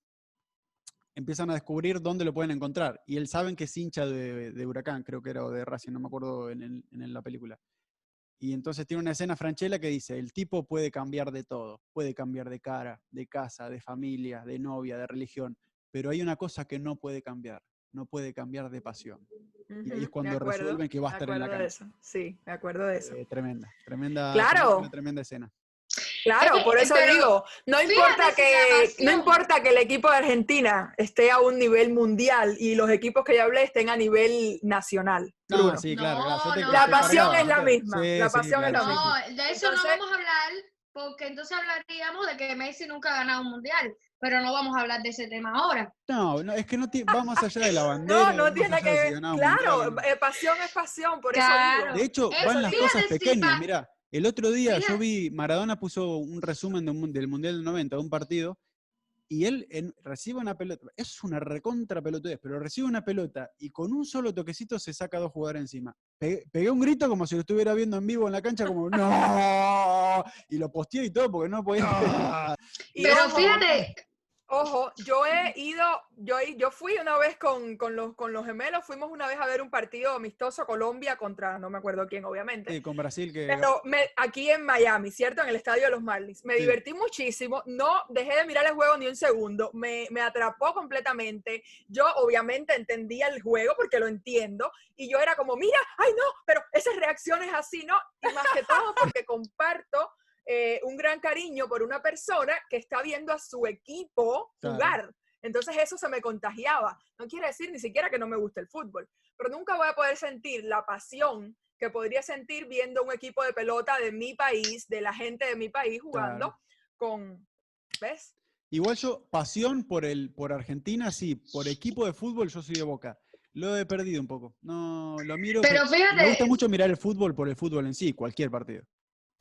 Speaker 1: empiezan a descubrir dónde lo pueden encontrar. Y él saben que es hincha de, de Huracán, creo que era, o de Racing, no me acuerdo en, el- en la película. Y entonces tiene una escena Franchella que dice, el tipo puede cambiar de todo, puede cambiar de cara, de casa, de familia, de novia, de religión, pero hay una cosa que no puede cambiar, no puede cambiar de pasión. Y ahí es
Speaker 2: ujú, me
Speaker 1: cuando
Speaker 2: acuerdo,
Speaker 1: resuelven que va a
Speaker 2: me
Speaker 1: estar en la
Speaker 2: acuerdo de
Speaker 1: cancha.
Speaker 2: eso, Sí, me acuerdo de eso.
Speaker 1: Eh, tremenda, tremenda.
Speaker 2: Claro.
Speaker 1: Una tremenda escena.
Speaker 2: Claro,
Speaker 3: que-
Speaker 2: por eso
Speaker 3: pero
Speaker 2: digo, no
Speaker 3: fíjate
Speaker 2: importa
Speaker 3: si la
Speaker 2: que no
Speaker 3: pasión-
Speaker 2: importa que el equipo de Argentina esté a un nivel mundial y los equipos que yo hablé estén a nivel nacional.
Speaker 1: No,
Speaker 2: Bruno.
Speaker 1: sí, claro. claro, yo te-
Speaker 3: no,
Speaker 1: te
Speaker 3: La
Speaker 1: cargaba,
Speaker 3: pasión es
Speaker 2: la
Speaker 1: ¿viste?
Speaker 2: misma, la pasión es la
Speaker 1: sí,
Speaker 3: no,
Speaker 2: misma.
Speaker 3: de eso no
Speaker 2: Entonces-
Speaker 3: vamos a hablar, porque entonces hablaríamos de que Messi nunca ha ganado un mundial, pero no vamos a hablar de ese tema ahora.
Speaker 1: No, no, es que no ti- va más allá de la bandera.
Speaker 2: [LAUGHS] No, no
Speaker 1: va
Speaker 2: tiene
Speaker 1: más
Speaker 2: nada que
Speaker 1: allá de si
Speaker 2: ver.
Speaker 1: ganaba un mundial o
Speaker 2: Claro,
Speaker 1: no.
Speaker 2: eh, pasión es pasión, por
Speaker 3: Claro.
Speaker 2: eso
Speaker 1: De hecho,
Speaker 3: Eso
Speaker 1: van las
Speaker 3: fíjate
Speaker 1: cosas
Speaker 3: si
Speaker 1: pequeñas.
Speaker 3: va-
Speaker 1: Mirá, el otro día yo
Speaker 3: Fíjate.
Speaker 1: vi, Maradona puso un resumen de un mun- del Mundial del 90, de un partido, y él en- recibe una pelota, es una recontra pelotudez, pero recibe una pelota y con un solo toquecito se saca dos jugadores encima. Pe- pegué un grito como si lo estuviera viendo en vivo en la cancha, como ¡No! Y lo posteé y todo porque no [LAUGHS] podía.
Speaker 2: digo. Y
Speaker 3: Pero
Speaker 2: ojo,
Speaker 3: fíjate,
Speaker 2: Ojo, yo he ido, yo, he- yo fui una vez con, con, los, con los gemelos, fuimos una vez a ver un partido amistoso Colombia contra, no me acuerdo quién, obviamente.
Speaker 1: Sí, Eh, con Brasil que.
Speaker 2: Pero me- aquí en Miami, ¿cierto? En el estadio de los Marlins. Me
Speaker 1: Sí.
Speaker 2: divertí muchísimo, no dejé de mirar el juego ni un segundo, me, me atrapó completamente. Yo obviamente entendía el juego porque lo entiendo y yo era como, mira, ay no, pero esas reacciones así, ¿no? Y más que todo porque comparto eh, un gran cariño por una persona que está viendo a su equipo
Speaker 1: Claro.
Speaker 2: jugar. Entonces eso se me contagiaba. No quiere decir ni siquiera que no me guste el fútbol, pero nunca voy a poder sentir la pasión que podría sentir viendo un equipo de pelota de mi país, de la gente de mi país jugando
Speaker 1: Claro.
Speaker 2: con, ¿ves?
Speaker 1: Igual yo, pasión por el, por Argentina, sí, por equipo de fútbol yo soy de Boca. Lo he perdido un poco. No, lo miro.
Speaker 3: pero
Speaker 1: Me gusta
Speaker 3: fíjate,
Speaker 1: mucho mirar el fútbol por el fútbol en sí, cualquier partido.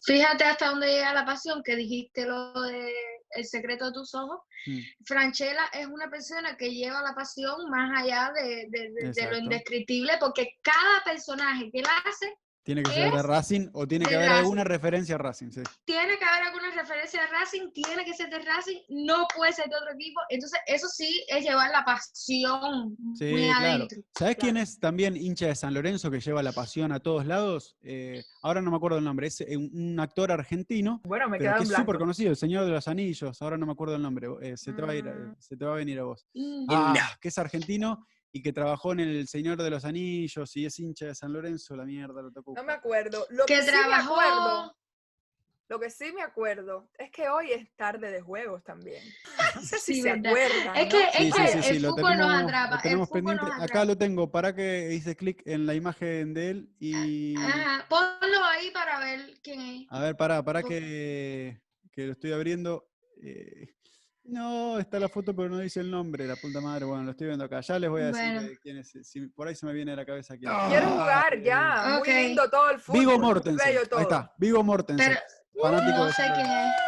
Speaker 3: fíjate hasta dónde llega la pasión que dijiste lo de el secreto de tus ojos.
Speaker 1: Mm.
Speaker 3: Franchella es una persona que lleva la pasión más allá de, de- de- de
Speaker 1: Exacto.
Speaker 3: lo indescriptible, porque cada personaje que la hace
Speaker 1: Tiene que ser de
Speaker 3: Es
Speaker 1: Racing o tiene que
Speaker 3: de
Speaker 1: haber
Speaker 3: Racing.
Speaker 1: alguna referencia a Racing, sí.
Speaker 3: tiene que haber alguna referencia de Racing, tiene que ser de Racing, no puede ser de otro equipo. Entonces, eso sí es llevar la pasión
Speaker 1: Sí,
Speaker 3: muy
Speaker 1: claro.
Speaker 3: adentro.
Speaker 1: ¿Sabés quién es también hincha de San Lorenzo que lleva la pasión a todos lados? Eh, ahora no me acuerdo el nombre, es eh, un- un actor argentino,
Speaker 2: Bueno, me
Speaker 1: pero
Speaker 2: quedan
Speaker 1: que es súper
Speaker 2: blancos.
Speaker 1: conocido, el Señor de los Anillos, ahora no me acuerdo el nombre, eh, se, te va a ir, eh,
Speaker 3: Ah.
Speaker 2: Mm.
Speaker 1: se te va a venir a vos.
Speaker 3: Mm.
Speaker 1: Ah, que es argentino y que trabajó en El Señor de los Anillos y es hincha de San Lorenzo, la mierda, lo tocó.
Speaker 2: No me acuerdo. Lo que,
Speaker 3: que
Speaker 2: sí me acuerdo,
Speaker 3: trabajó.
Speaker 2: lo que sí me acuerdo es que hoy es tarde de juegos también. [LAUGHS] No sé si
Speaker 3: Sí,
Speaker 2: se
Speaker 3: verdad.
Speaker 2: acuerdan.
Speaker 3: Es
Speaker 2: ¿no?
Speaker 3: que,
Speaker 1: Sí,
Speaker 3: Este es
Speaker 1: sí,
Speaker 3: que
Speaker 1: sí, sí,
Speaker 3: el
Speaker 1: lo
Speaker 3: fútbol
Speaker 1: tenemos,
Speaker 3: nos
Speaker 1: lo
Speaker 3: atrapa. el
Speaker 1: tenemos
Speaker 3: fútbol nos
Speaker 1: pendiente. Acá
Speaker 3: atrapa.
Speaker 1: lo tengo, para que hice clic en la imagen de él y...
Speaker 3: Ajá, ponlo ahí para ver quién es.
Speaker 1: A ver, pará, pará
Speaker 3: Ah, Ok.
Speaker 1: que, que lo estoy abriendo. Eh, no, está la foto, pero no dice el nombre, la puta madre. Bueno, lo estoy viendo acá. Ya les voy a decir
Speaker 3: Bueno.
Speaker 1: eh, quién es. Si, por ahí se me viene a la cabeza quién es.
Speaker 2: Quiero jugar
Speaker 1: Eh,
Speaker 2: ya.
Speaker 3: Ah, Ok.
Speaker 2: Muy lindo todo el fútbol.
Speaker 1: Vigo
Speaker 2: muy
Speaker 1: Mortensen.
Speaker 2: bello todo.
Speaker 1: Ahí está, Vigo Mortensen.
Speaker 3: Pero uh,
Speaker 1: fanático
Speaker 3: no
Speaker 1: de
Speaker 3: sé
Speaker 1: San
Speaker 3: quién
Speaker 1: Lorenzo.
Speaker 3: es.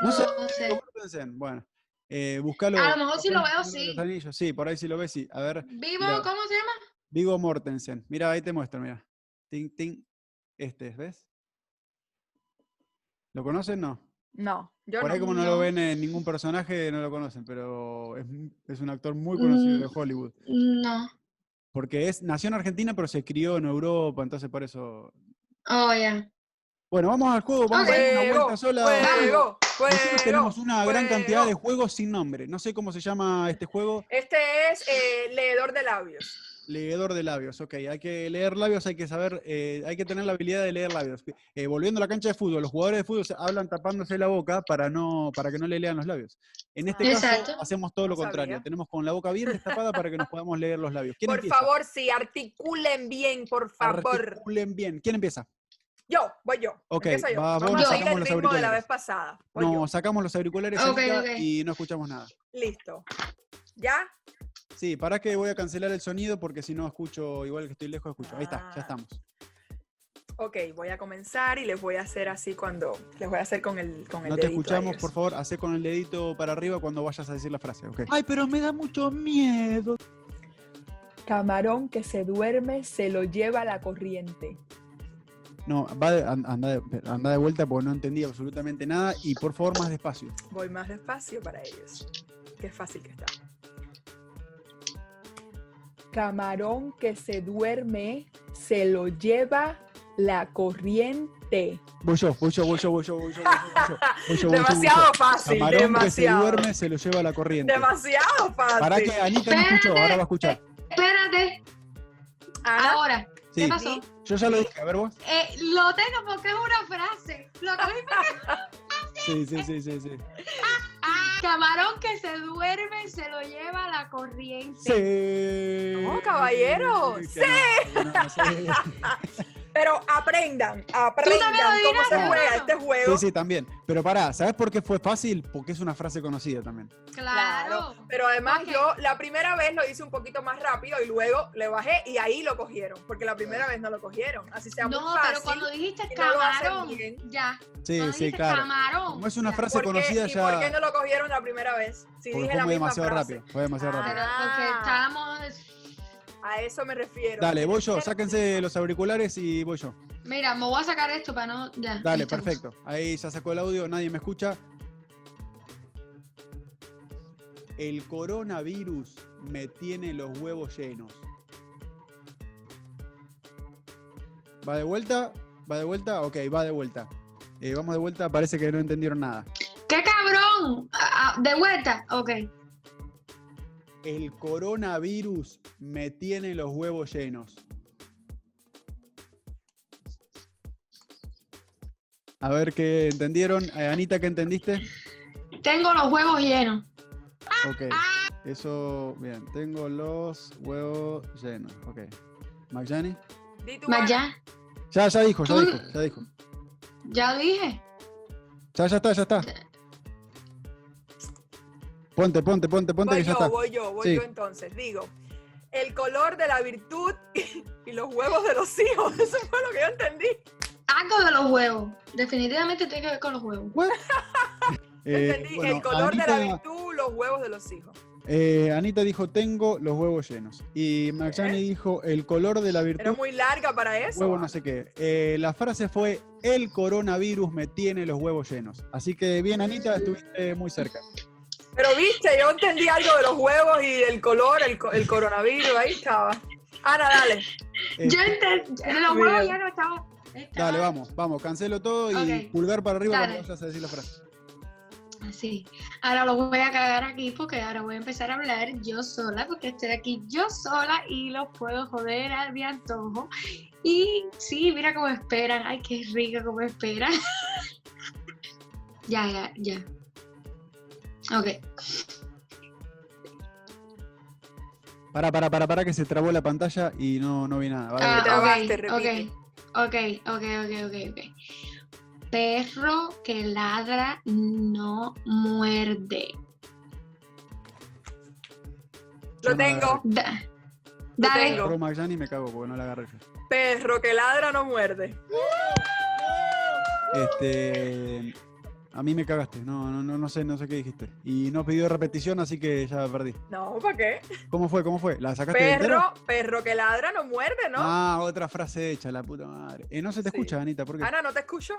Speaker 1: No sé,
Speaker 3: No sé.
Speaker 1: Vigo Mortensen. Bueno, eh, buscalo.
Speaker 3: A lo mejor si lo veo,
Speaker 1: Señor de los
Speaker 3: sí.
Speaker 1: Anillos, Sí, por ahí si lo ves, sí. A ver,
Speaker 3: Vivo,
Speaker 1: Mira.
Speaker 3: ¿cómo se llama?
Speaker 1: Vigo Mortensen. Mira, ahí te muestro, mira. Ting, ting. Este es, ¿ves? ¿Lo conocen? No.
Speaker 2: No, yo
Speaker 1: Por ahí
Speaker 2: no.
Speaker 1: como no lo
Speaker 3: no.
Speaker 1: ven en ningún personaje, no lo conocen, pero es, mu- es un actor muy conocido de
Speaker 3: Mm.
Speaker 1: Hollywood.
Speaker 3: No.
Speaker 1: Porque es, nació en Argentina, pero se crió en Europa, entonces por eso...
Speaker 3: Oh, ya.
Speaker 1: Bueno, vamos al juego, vamos a dar una
Speaker 2: Juego,
Speaker 1: vuelta sola.
Speaker 2: Juego,
Speaker 1: Nosotros
Speaker 2: juego.
Speaker 1: tenemos una gran cantidad de
Speaker 2: juego.
Speaker 1: juegos sin nombre. No sé cómo se llama este juego.
Speaker 2: Este es eh, leedor de labios.
Speaker 1: Leedor de labios, ok. Hay que leer labios, hay que saber, eh, hay que tener la habilidad de leer labios. Eh, volviendo a la cancha de fútbol, los jugadores de fútbol se- hablan tapándose la boca para, no, para que no le lean los labios. En este
Speaker 2: Ah.
Speaker 1: caso,
Speaker 3: Exacto.
Speaker 1: hacemos todo lo
Speaker 2: No
Speaker 1: contrario.
Speaker 2: sabía.
Speaker 1: Tenemos con la boca bien destapada para que nos podamos leer los labios. ¿Quién
Speaker 2: Por
Speaker 1: empieza?
Speaker 2: favor, sí, articulen bien, por favor.
Speaker 1: Articulen bien. ¿Quién empieza?
Speaker 2: Yo, voy yo.
Speaker 1: Ok,
Speaker 2: Empiezo yo.
Speaker 1: va vos,
Speaker 2: Vamos a seguir
Speaker 1: sacamos
Speaker 2: el
Speaker 1: los
Speaker 2: ritmo de la
Speaker 1: auriculares.
Speaker 2: vez pasada. Voy yo.
Speaker 1: Nos sacamos los auriculares
Speaker 3: Ok,
Speaker 1: Anita,
Speaker 3: ok.
Speaker 1: y no escuchamos nada.
Speaker 2: Listo. ¿Ya?
Speaker 1: Sí, para que voy a cancelar el sonido porque si no escucho, igual que estoy lejos, escucho. Ahí está,
Speaker 2: Ah.
Speaker 1: ya estamos.
Speaker 2: Ok, voy a comenzar y les voy a hacer así cuando. Les voy a hacer con el. Con el
Speaker 1: No te
Speaker 2: dedito a
Speaker 1: escuchamos,
Speaker 2: ellos.
Speaker 1: por favor, hacé con el dedito para arriba cuando vayas a decir la frase. ok. Ay, pero me da mucho miedo.
Speaker 2: Camarón que se duerme se lo lleva la corriente.
Speaker 1: No, va de- an- anda, de, anda de vuelta porque no entendí absolutamente nada y por favor más despacio.
Speaker 2: Voy más despacio para ellos. Qué fácil que está. Camarón que se duerme se lo lleva la corriente.
Speaker 1: Voy yo, voy yo, voy yo, voy yo, voy yo, voy yo, voy yo, voy yo, voy yo.
Speaker 2: Demasiado fácil,
Speaker 1: Camarón que se
Speaker 2: demasiado.
Speaker 1: duerme se lo lleva la corriente.
Speaker 2: Demasiado fácil.
Speaker 1: Para que Anita no escuchó, ahora va a escuchar.
Speaker 3: Espérate,
Speaker 2: Ana,
Speaker 3: ahora, ¿qué
Speaker 1: Sí,
Speaker 3: pasó?
Speaker 1: yo ya lo dije, a ver vos.
Speaker 3: Eh, lo tengo porque es una frase. Lo cogí
Speaker 2: [LAUGHS]
Speaker 3: porque-
Speaker 1: Sí, sí, sí, sí, sí.
Speaker 3: Ah, Camarón que se duerme se lo lleva la corriente.
Speaker 1: Sí.
Speaker 2: No, caballero,
Speaker 1: Que
Speaker 2: sí.
Speaker 1: no, que no, sí.
Speaker 2: Pero aprendan,
Speaker 3: también lo
Speaker 2: aprendan cómo se
Speaker 1: dirás,
Speaker 2: juega
Speaker 3: hermano.
Speaker 2: este juego.
Speaker 1: Sí, sí, también. Pero pará, ¿sabes por qué fue fácil? Porque es una frase conocida también.
Speaker 3: Claro.
Speaker 2: Pero además
Speaker 3: Ok.
Speaker 2: yo la primera vez lo hice un poquito más rápido y luego le bajé y ahí lo cogieron, porque la primera vez no lo cogieron. Así sea
Speaker 3: No,
Speaker 2: muy fácil.
Speaker 3: pero cuando dijiste
Speaker 2: y no lo hacen
Speaker 3: camarón,
Speaker 2: bien.
Speaker 3: ya.
Speaker 1: Sí,
Speaker 3: cuando
Speaker 1: sí,
Speaker 3: dijiste
Speaker 1: claro.
Speaker 3: Camarón.
Speaker 1: Como es una
Speaker 3: ya.
Speaker 1: frase
Speaker 2: ¿Por qué-
Speaker 1: conocida
Speaker 2: ¿Y por
Speaker 1: ya.
Speaker 2: qué no lo cogieron la primera vez? Si
Speaker 1: Porque
Speaker 2: dije
Speaker 1: fue
Speaker 2: la
Speaker 1: muy
Speaker 2: misma
Speaker 1: demasiado
Speaker 2: frase.
Speaker 1: rápido. Fue demasiado
Speaker 2: Ah.
Speaker 1: rápido.
Speaker 3: Porque
Speaker 2: Ah.
Speaker 3: estábamos.
Speaker 2: A eso me refiero.
Speaker 1: Dale, voy yo. Sáquense los auriculares y voy yo.
Speaker 3: Mira, me voy a sacar esto para no. Ya.
Speaker 1: Dale,
Speaker 3: estamos.
Speaker 1: perfecto. Ahí ya sacó el audio, nadie me escucha. El coronavirus me tiene los huevos llenos. ¿Va de vuelta? ¿Va de vuelta? Ok, va de vuelta. Eh, vamos de vuelta, parece que no entendieron nada.
Speaker 3: ¡Qué cabrón! Ah, ah, de vuelta. Ok.
Speaker 1: El coronavirus me tiene los huevos llenos. A ver qué entendieron. Eh, Anita, ¿qué entendiste?
Speaker 3: Tengo los huevos llenos.
Speaker 1: Ok. Eso, bien. Tengo los huevos llenos. Ok. ¿Magyani?
Speaker 2: Di tu
Speaker 3: Más
Speaker 2: mano.
Speaker 3: ya.
Speaker 1: Ya, ya dijo, ya
Speaker 3: Tú-
Speaker 1: dijo, ya dijo.
Speaker 3: Ya dije.
Speaker 1: Ya, ya está, ya está. Ponte, ponte, ponte, ponte
Speaker 2: Voy
Speaker 1: que ya
Speaker 2: yo,
Speaker 1: está.
Speaker 2: voy yo, voy
Speaker 1: Sí.
Speaker 2: yo entonces. Digo, el color de la virtud [LAUGHS] y los huevos de los hijos. [LAUGHS] Eso fue lo que yo
Speaker 1: Eh,
Speaker 2: entendí.
Speaker 3: Algo de los huevos. Definitivamente tiene que ver con los huevos.
Speaker 2: Yo
Speaker 1: Eh,
Speaker 2: [LAUGHS] entendí
Speaker 1: bueno,
Speaker 2: el color de la
Speaker 1: Anita-
Speaker 2: virtud, los huevos de los hijos.
Speaker 1: Eh, Anita dijo, tengo los huevos llenos. Y
Speaker 3: ¿Eh?
Speaker 1: Maxani dijo, el color de la
Speaker 2: Era
Speaker 1: virtud,
Speaker 2: muy larga para eso.
Speaker 1: huevo no sé qué. Eh, la frase fue, el coronavirus me tiene los huevos llenos. Así que bien, Anita, estuviste muy cerca.
Speaker 2: Pero viste, yo entendí algo de los huevos y del color, el, co- el coronavirus, ahí estaba. Ana, dale.
Speaker 1: Eh,
Speaker 3: Yo entendí. Los
Speaker 2: Mira.
Speaker 3: huevos llenos estaban. estaban
Speaker 1: dale, vamos, vamos, cancelo todo y
Speaker 3: Ok.
Speaker 1: pulgar para arriba
Speaker 3: Dale.
Speaker 1: cuando vayas a decir la frase.
Speaker 3: Así. Ahora los voy a cagar aquí porque ahora voy a empezar a hablar yo sola, porque estoy aquí yo sola y los puedo joder a mi antojo. Y sí, mira cómo esperan. Ay, qué rica cómo esperan. [LAUGHS] ya, ya, ya. Ok.
Speaker 1: Pará, pará, pará, pará, que se trabó la pantalla y no, no vi nada. Va de
Speaker 3: Ah,
Speaker 1: vuelta.
Speaker 2: Repita, vas,
Speaker 3: ok,
Speaker 2: te repite.
Speaker 3: ok, ok, ok, ok, ok. Perro que ladra no muerde.
Speaker 1: Yo no
Speaker 2: Lo
Speaker 1: la agarré.
Speaker 2: tengo.
Speaker 3: Da- dale.
Speaker 2: tengo.
Speaker 1: Agarró Maxani y me cago porque no la agarré yo.
Speaker 2: Perro que ladra no muerde.
Speaker 1: Este, a mí me cagaste, no, no, no, no sé, no sé qué dijiste. Y no pidió repetición, así que ya perdí.
Speaker 2: No, ¿para qué?
Speaker 1: ¿Cómo fue? ¿Cómo fue? ¿La sacaste de entero?
Speaker 2: Perro, perro que ladra no muerde, ¿no?
Speaker 1: Ah, otra frase hecha, la puta madre. Eh, no se te
Speaker 2: Sí. Ah,
Speaker 1: escucha, Anita, ¿por qué?
Speaker 2: Ana, ¿no te escucho?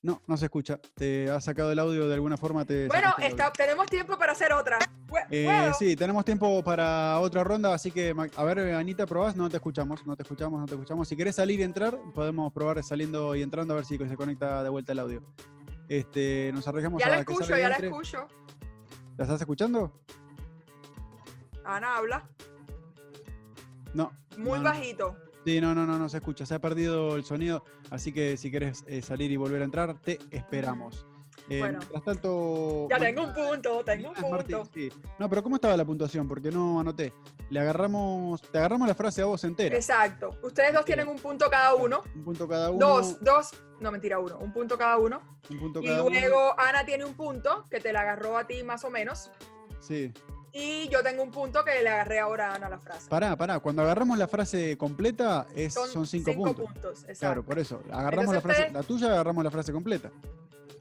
Speaker 1: No, no se escucha. Te has sacado el audio de alguna forma. Te
Speaker 2: Bueno,
Speaker 1: sacaste el
Speaker 2: está,
Speaker 1: audio.
Speaker 2: tenemos tiempo para hacer otra. Hue-
Speaker 1: Eh,
Speaker 2: huevo.
Speaker 1: sí, tenemos tiempo para otra ronda, así que, Ma- a ver, Anita, probás, no te escuchamos, no te escuchamos, no te escuchamos. Si querés salir y entrar, podemos probar saliendo y entrando a ver si se conecta de vuelta el audio. Este, nos arriesgamos
Speaker 2: Ya
Speaker 1: a
Speaker 2: la
Speaker 1: que
Speaker 2: escucho,
Speaker 1: salga y
Speaker 2: ya la
Speaker 1: entre.
Speaker 2: escucho.
Speaker 1: ¿La estás escuchando?
Speaker 2: Ana, habla.
Speaker 1: No.
Speaker 2: Muy
Speaker 1: no, no.
Speaker 2: bajito.
Speaker 1: Sí, no, no, no, no se escucha. Se ha perdido el sonido. Así que si quieres eh, salir y volver a entrar, te esperamos. Eh,
Speaker 2: Bueno.
Speaker 1: Mientras tanto.
Speaker 2: Ya
Speaker 1: bueno,
Speaker 2: tengo un punto, tengo un
Speaker 1: Ah, Martín,
Speaker 2: punto.
Speaker 1: sí. No, pero ¿cómo estaba la puntuación? Porque no anoté. Le agarramos, te agarramos la frase a vos entera.
Speaker 2: Exacto. Ustedes dos tienen un punto cada uno.
Speaker 1: Un punto cada uno.
Speaker 2: Dos, dos, no mentira, uno, un punto cada uno.
Speaker 1: Un punto
Speaker 2: Y
Speaker 1: cada uno.
Speaker 2: luego Ana tiene un punto que te la agarró a ti más o menos.
Speaker 1: Sí.
Speaker 2: Y yo tengo un punto que le agarré ahora a Ana la frase.
Speaker 1: Pará, pará. Cuando agarramos la frase completa, es, son, cinco, puntos. Claro,
Speaker 2: exacto.
Speaker 1: por eso. Agarramos la
Speaker 2: Entonces
Speaker 1: frase,
Speaker 2: ustedes-
Speaker 1: la tuya, agarramos la frase completa.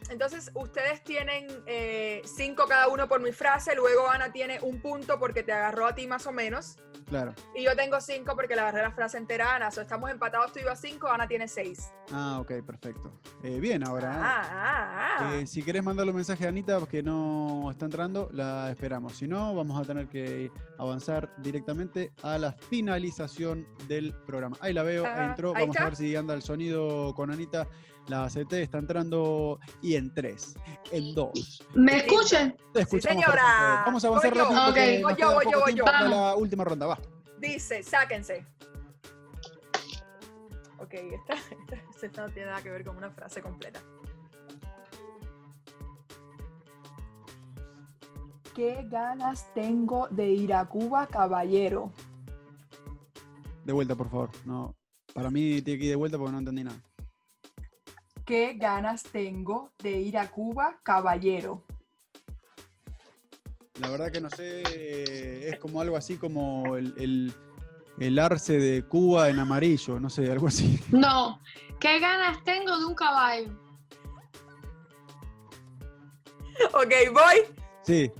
Speaker 2: Entonces, ustedes tienen eh, cinco cada uno por mi frase, luego Ana tiene un punto porque te agarró a ti más o menos,
Speaker 1: Claro.
Speaker 2: y yo tengo cinco porque le agarré la frase entera a Ana. So, estamos empatados, tú y yo a cinco, Ana tiene seis.
Speaker 1: Ah, ok, perfecto. Eh, bien, ahora.
Speaker 2: Ah, ah, ah.
Speaker 1: Eh, si querés mandarle un mensaje a Anita que no está entrando, la esperamos. Si no, vamos a tener que avanzar directamente a la finalización del programa. Ahí la veo,
Speaker 2: Ah,
Speaker 1: entró.
Speaker 2: ahí
Speaker 1: Vamos a
Speaker 2: está.
Speaker 1: ver si anda el sonido con Anita. La ACT está entrando y en tres, en dos.
Speaker 3: ¿Me escuchan?
Speaker 1: Te escuchamos.
Speaker 2: señora.
Speaker 1: perfecto. Vamos a avanzar
Speaker 2: Voy yo.
Speaker 1: rápido.
Speaker 3: Ok.
Speaker 1: porque
Speaker 3: Voy
Speaker 1: nos
Speaker 2: yo,
Speaker 1: queda
Speaker 2: voy
Speaker 1: poco
Speaker 2: yo, voy
Speaker 1: tiempo
Speaker 2: yo.
Speaker 1: para la última ronda, va.
Speaker 2: Dice, sáquense. Ok, esta, esta- esta [LAUGHS] no tiene nada que ver con una frase completa. ¿Qué ganas tengo de ir a Cuba, caballero?
Speaker 1: De vuelta, por favor. No, para mí tiene que ir de vuelta porque no entendí nada.
Speaker 2: ¿Qué ganas tengo de ir a Cuba, caballero?
Speaker 1: La verdad que no sé, eh, es como algo así como el, el- el arce de Cuba en amarillo, no sé, algo así. [LAUGHS]
Speaker 3: No. ¿Qué ganas tengo de un caballo?
Speaker 2: Ok, voy.
Speaker 1: Sí.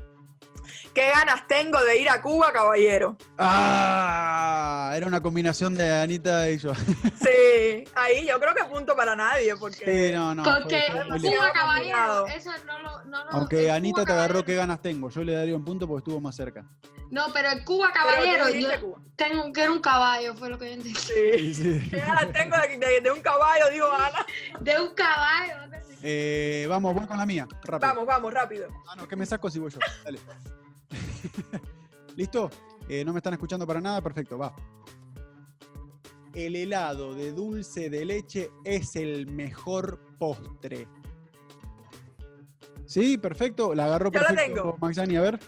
Speaker 2: ¿Qué ganas tengo de ir a Cuba, caballero?
Speaker 1: ¡Ah! Era una combinación de Anita y yo.
Speaker 2: Sí, ahí yo creo que punto para nadie, porque...
Speaker 1: Sí, no, no. fue-
Speaker 3: Porque
Speaker 1: fue muy
Speaker 2: demasiado.
Speaker 1: lejos.
Speaker 3: Cuba
Speaker 2: complicado.
Speaker 3: Caballero, eso no lo... No, lo- el
Speaker 1: Aunque
Speaker 3: Cuba
Speaker 1: Anita te agarró
Speaker 3: Caballero-
Speaker 1: qué ganas tengo, yo le daría un punto porque estuvo más cerca.
Speaker 3: No, pero el Cuba
Speaker 2: pero tú
Speaker 3: Caballero,
Speaker 2: dijiste
Speaker 3: yo
Speaker 2: Cuba.
Speaker 3: tengo que era un caballo, fue lo que yo entendí.
Speaker 2: Sí.
Speaker 1: Sí, [LAUGHS] sí.
Speaker 2: ¿Qué ganas tengo de, de- de un caballo, digo "Ah, Ana?
Speaker 3: De un caballo. algo así.
Speaker 1: Eh, vamos, voy con la mía, rápido.
Speaker 2: Vamos, vamos, rápido.
Speaker 1: Ah, no, que me saco si voy yo. Dale. [LAUGHS] ¿Listo? Eh, no me están escuchando para nada, perfecto, va. El helado de dulce de leche es el mejor postre. Sí, perfecto. La agarró
Speaker 2: Yo la
Speaker 1: perfecto.
Speaker 2: tengo.
Speaker 1: Maxani, a ver.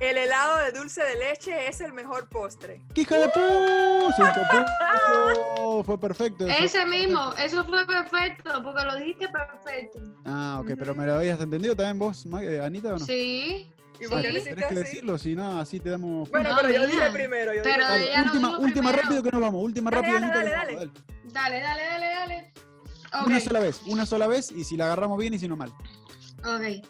Speaker 2: El helado de dulce de leche es el mejor postre.
Speaker 1: ¡Qué hija de pu!
Speaker 2: [LAUGHS]
Speaker 1: ¡Cinco puntos! Fue perfecto. eso.
Speaker 3: Ese mismo, eso fue perfecto, porque lo dijiste perfecto.
Speaker 1: Ah, ok, pero me lo habías entendido también vos, Ma- eh, Anita, ¿o no?
Speaker 3: Sí.
Speaker 2: ¿Y
Speaker 1: Ah,
Speaker 2: por qué
Speaker 3: sí.
Speaker 1: tenés
Speaker 2: lo hiciste
Speaker 1: que
Speaker 2: así?
Speaker 1: decirlo, si no, así te damos.
Speaker 2: Bueno,
Speaker 3: No,
Speaker 2: pero yo dije
Speaker 3: mira.
Speaker 2: primero. Yo
Speaker 3: Pero-
Speaker 2: dije-
Speaker 1: Dale,
Speaker 3: ya lo
Speaker 1: última,
Speaker 3: digo
Speaker 1: última
Speaker 3: primero.
Speaker 1: rápido que nos vamos, última
Speaker 2: Dale,
Speaker 1: rápido.
Speaker 2: dale,
Speaker 1: Anita, que
Speaker 2: dale,
Speaker 1: nos vamos,
Speaker 3: Dale, dale, dale, dale. Ok,
Speaker 1: Una sola vez, una sola vez y si la agarramos bien y si no mal.
Speaker 3: ok.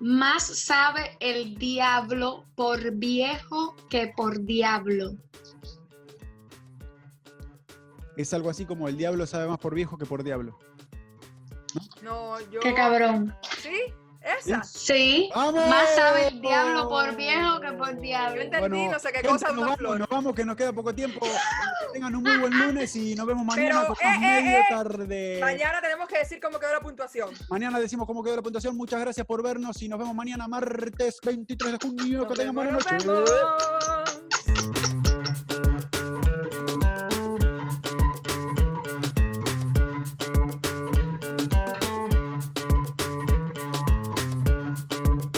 Speaker 3: Más sabe el diablo por viejo que por diablo.
Speaker 1: Es algo así como el diablo sabe más por viejo que por diablo.
Speaker 2: No, yo.
Speaker 3: Qué cabrón.
Speaker 2: ¿Sí? Esa.
Speaker 3: Sí.
Speaker 1: ¡Vamos!
Speaker 3: Más sabe el diablo por viejo que por diablo.
Speaker 2: Yo entendí, no sé qué
Speaker 1: gente,
Speaker 2: cosa,
Speaker 1: nos
Speaker 2: una
Speaker 1: vamos,
Speaker 2: flor.
Speaker 1: nos vamos, que nos queda poco tiempo. Que tengan un muy buen lunes y nos vemos mañana
Speaker 2: Pero,
Speaker 1: por
Speaker 2: eh,
Speaker 1: las
Speaker 2: eh,
Speaker 1: medio
Speaker 2: eh,
Speaker 1: tarde.
Speaker 2: Mañana tenemos que decir cómo quedó la puntuación.
Speaker 1: Mañana decimos cómo quedó la puntuación. Muchas gracias por vernos y nos vemos mañana martes 23 de junio.
Speaker 2: Nos
Speaker 1: que tengan buena
Speaker 2: vemos,
Speaker 1: noche.
Speaker 2: nos vemos.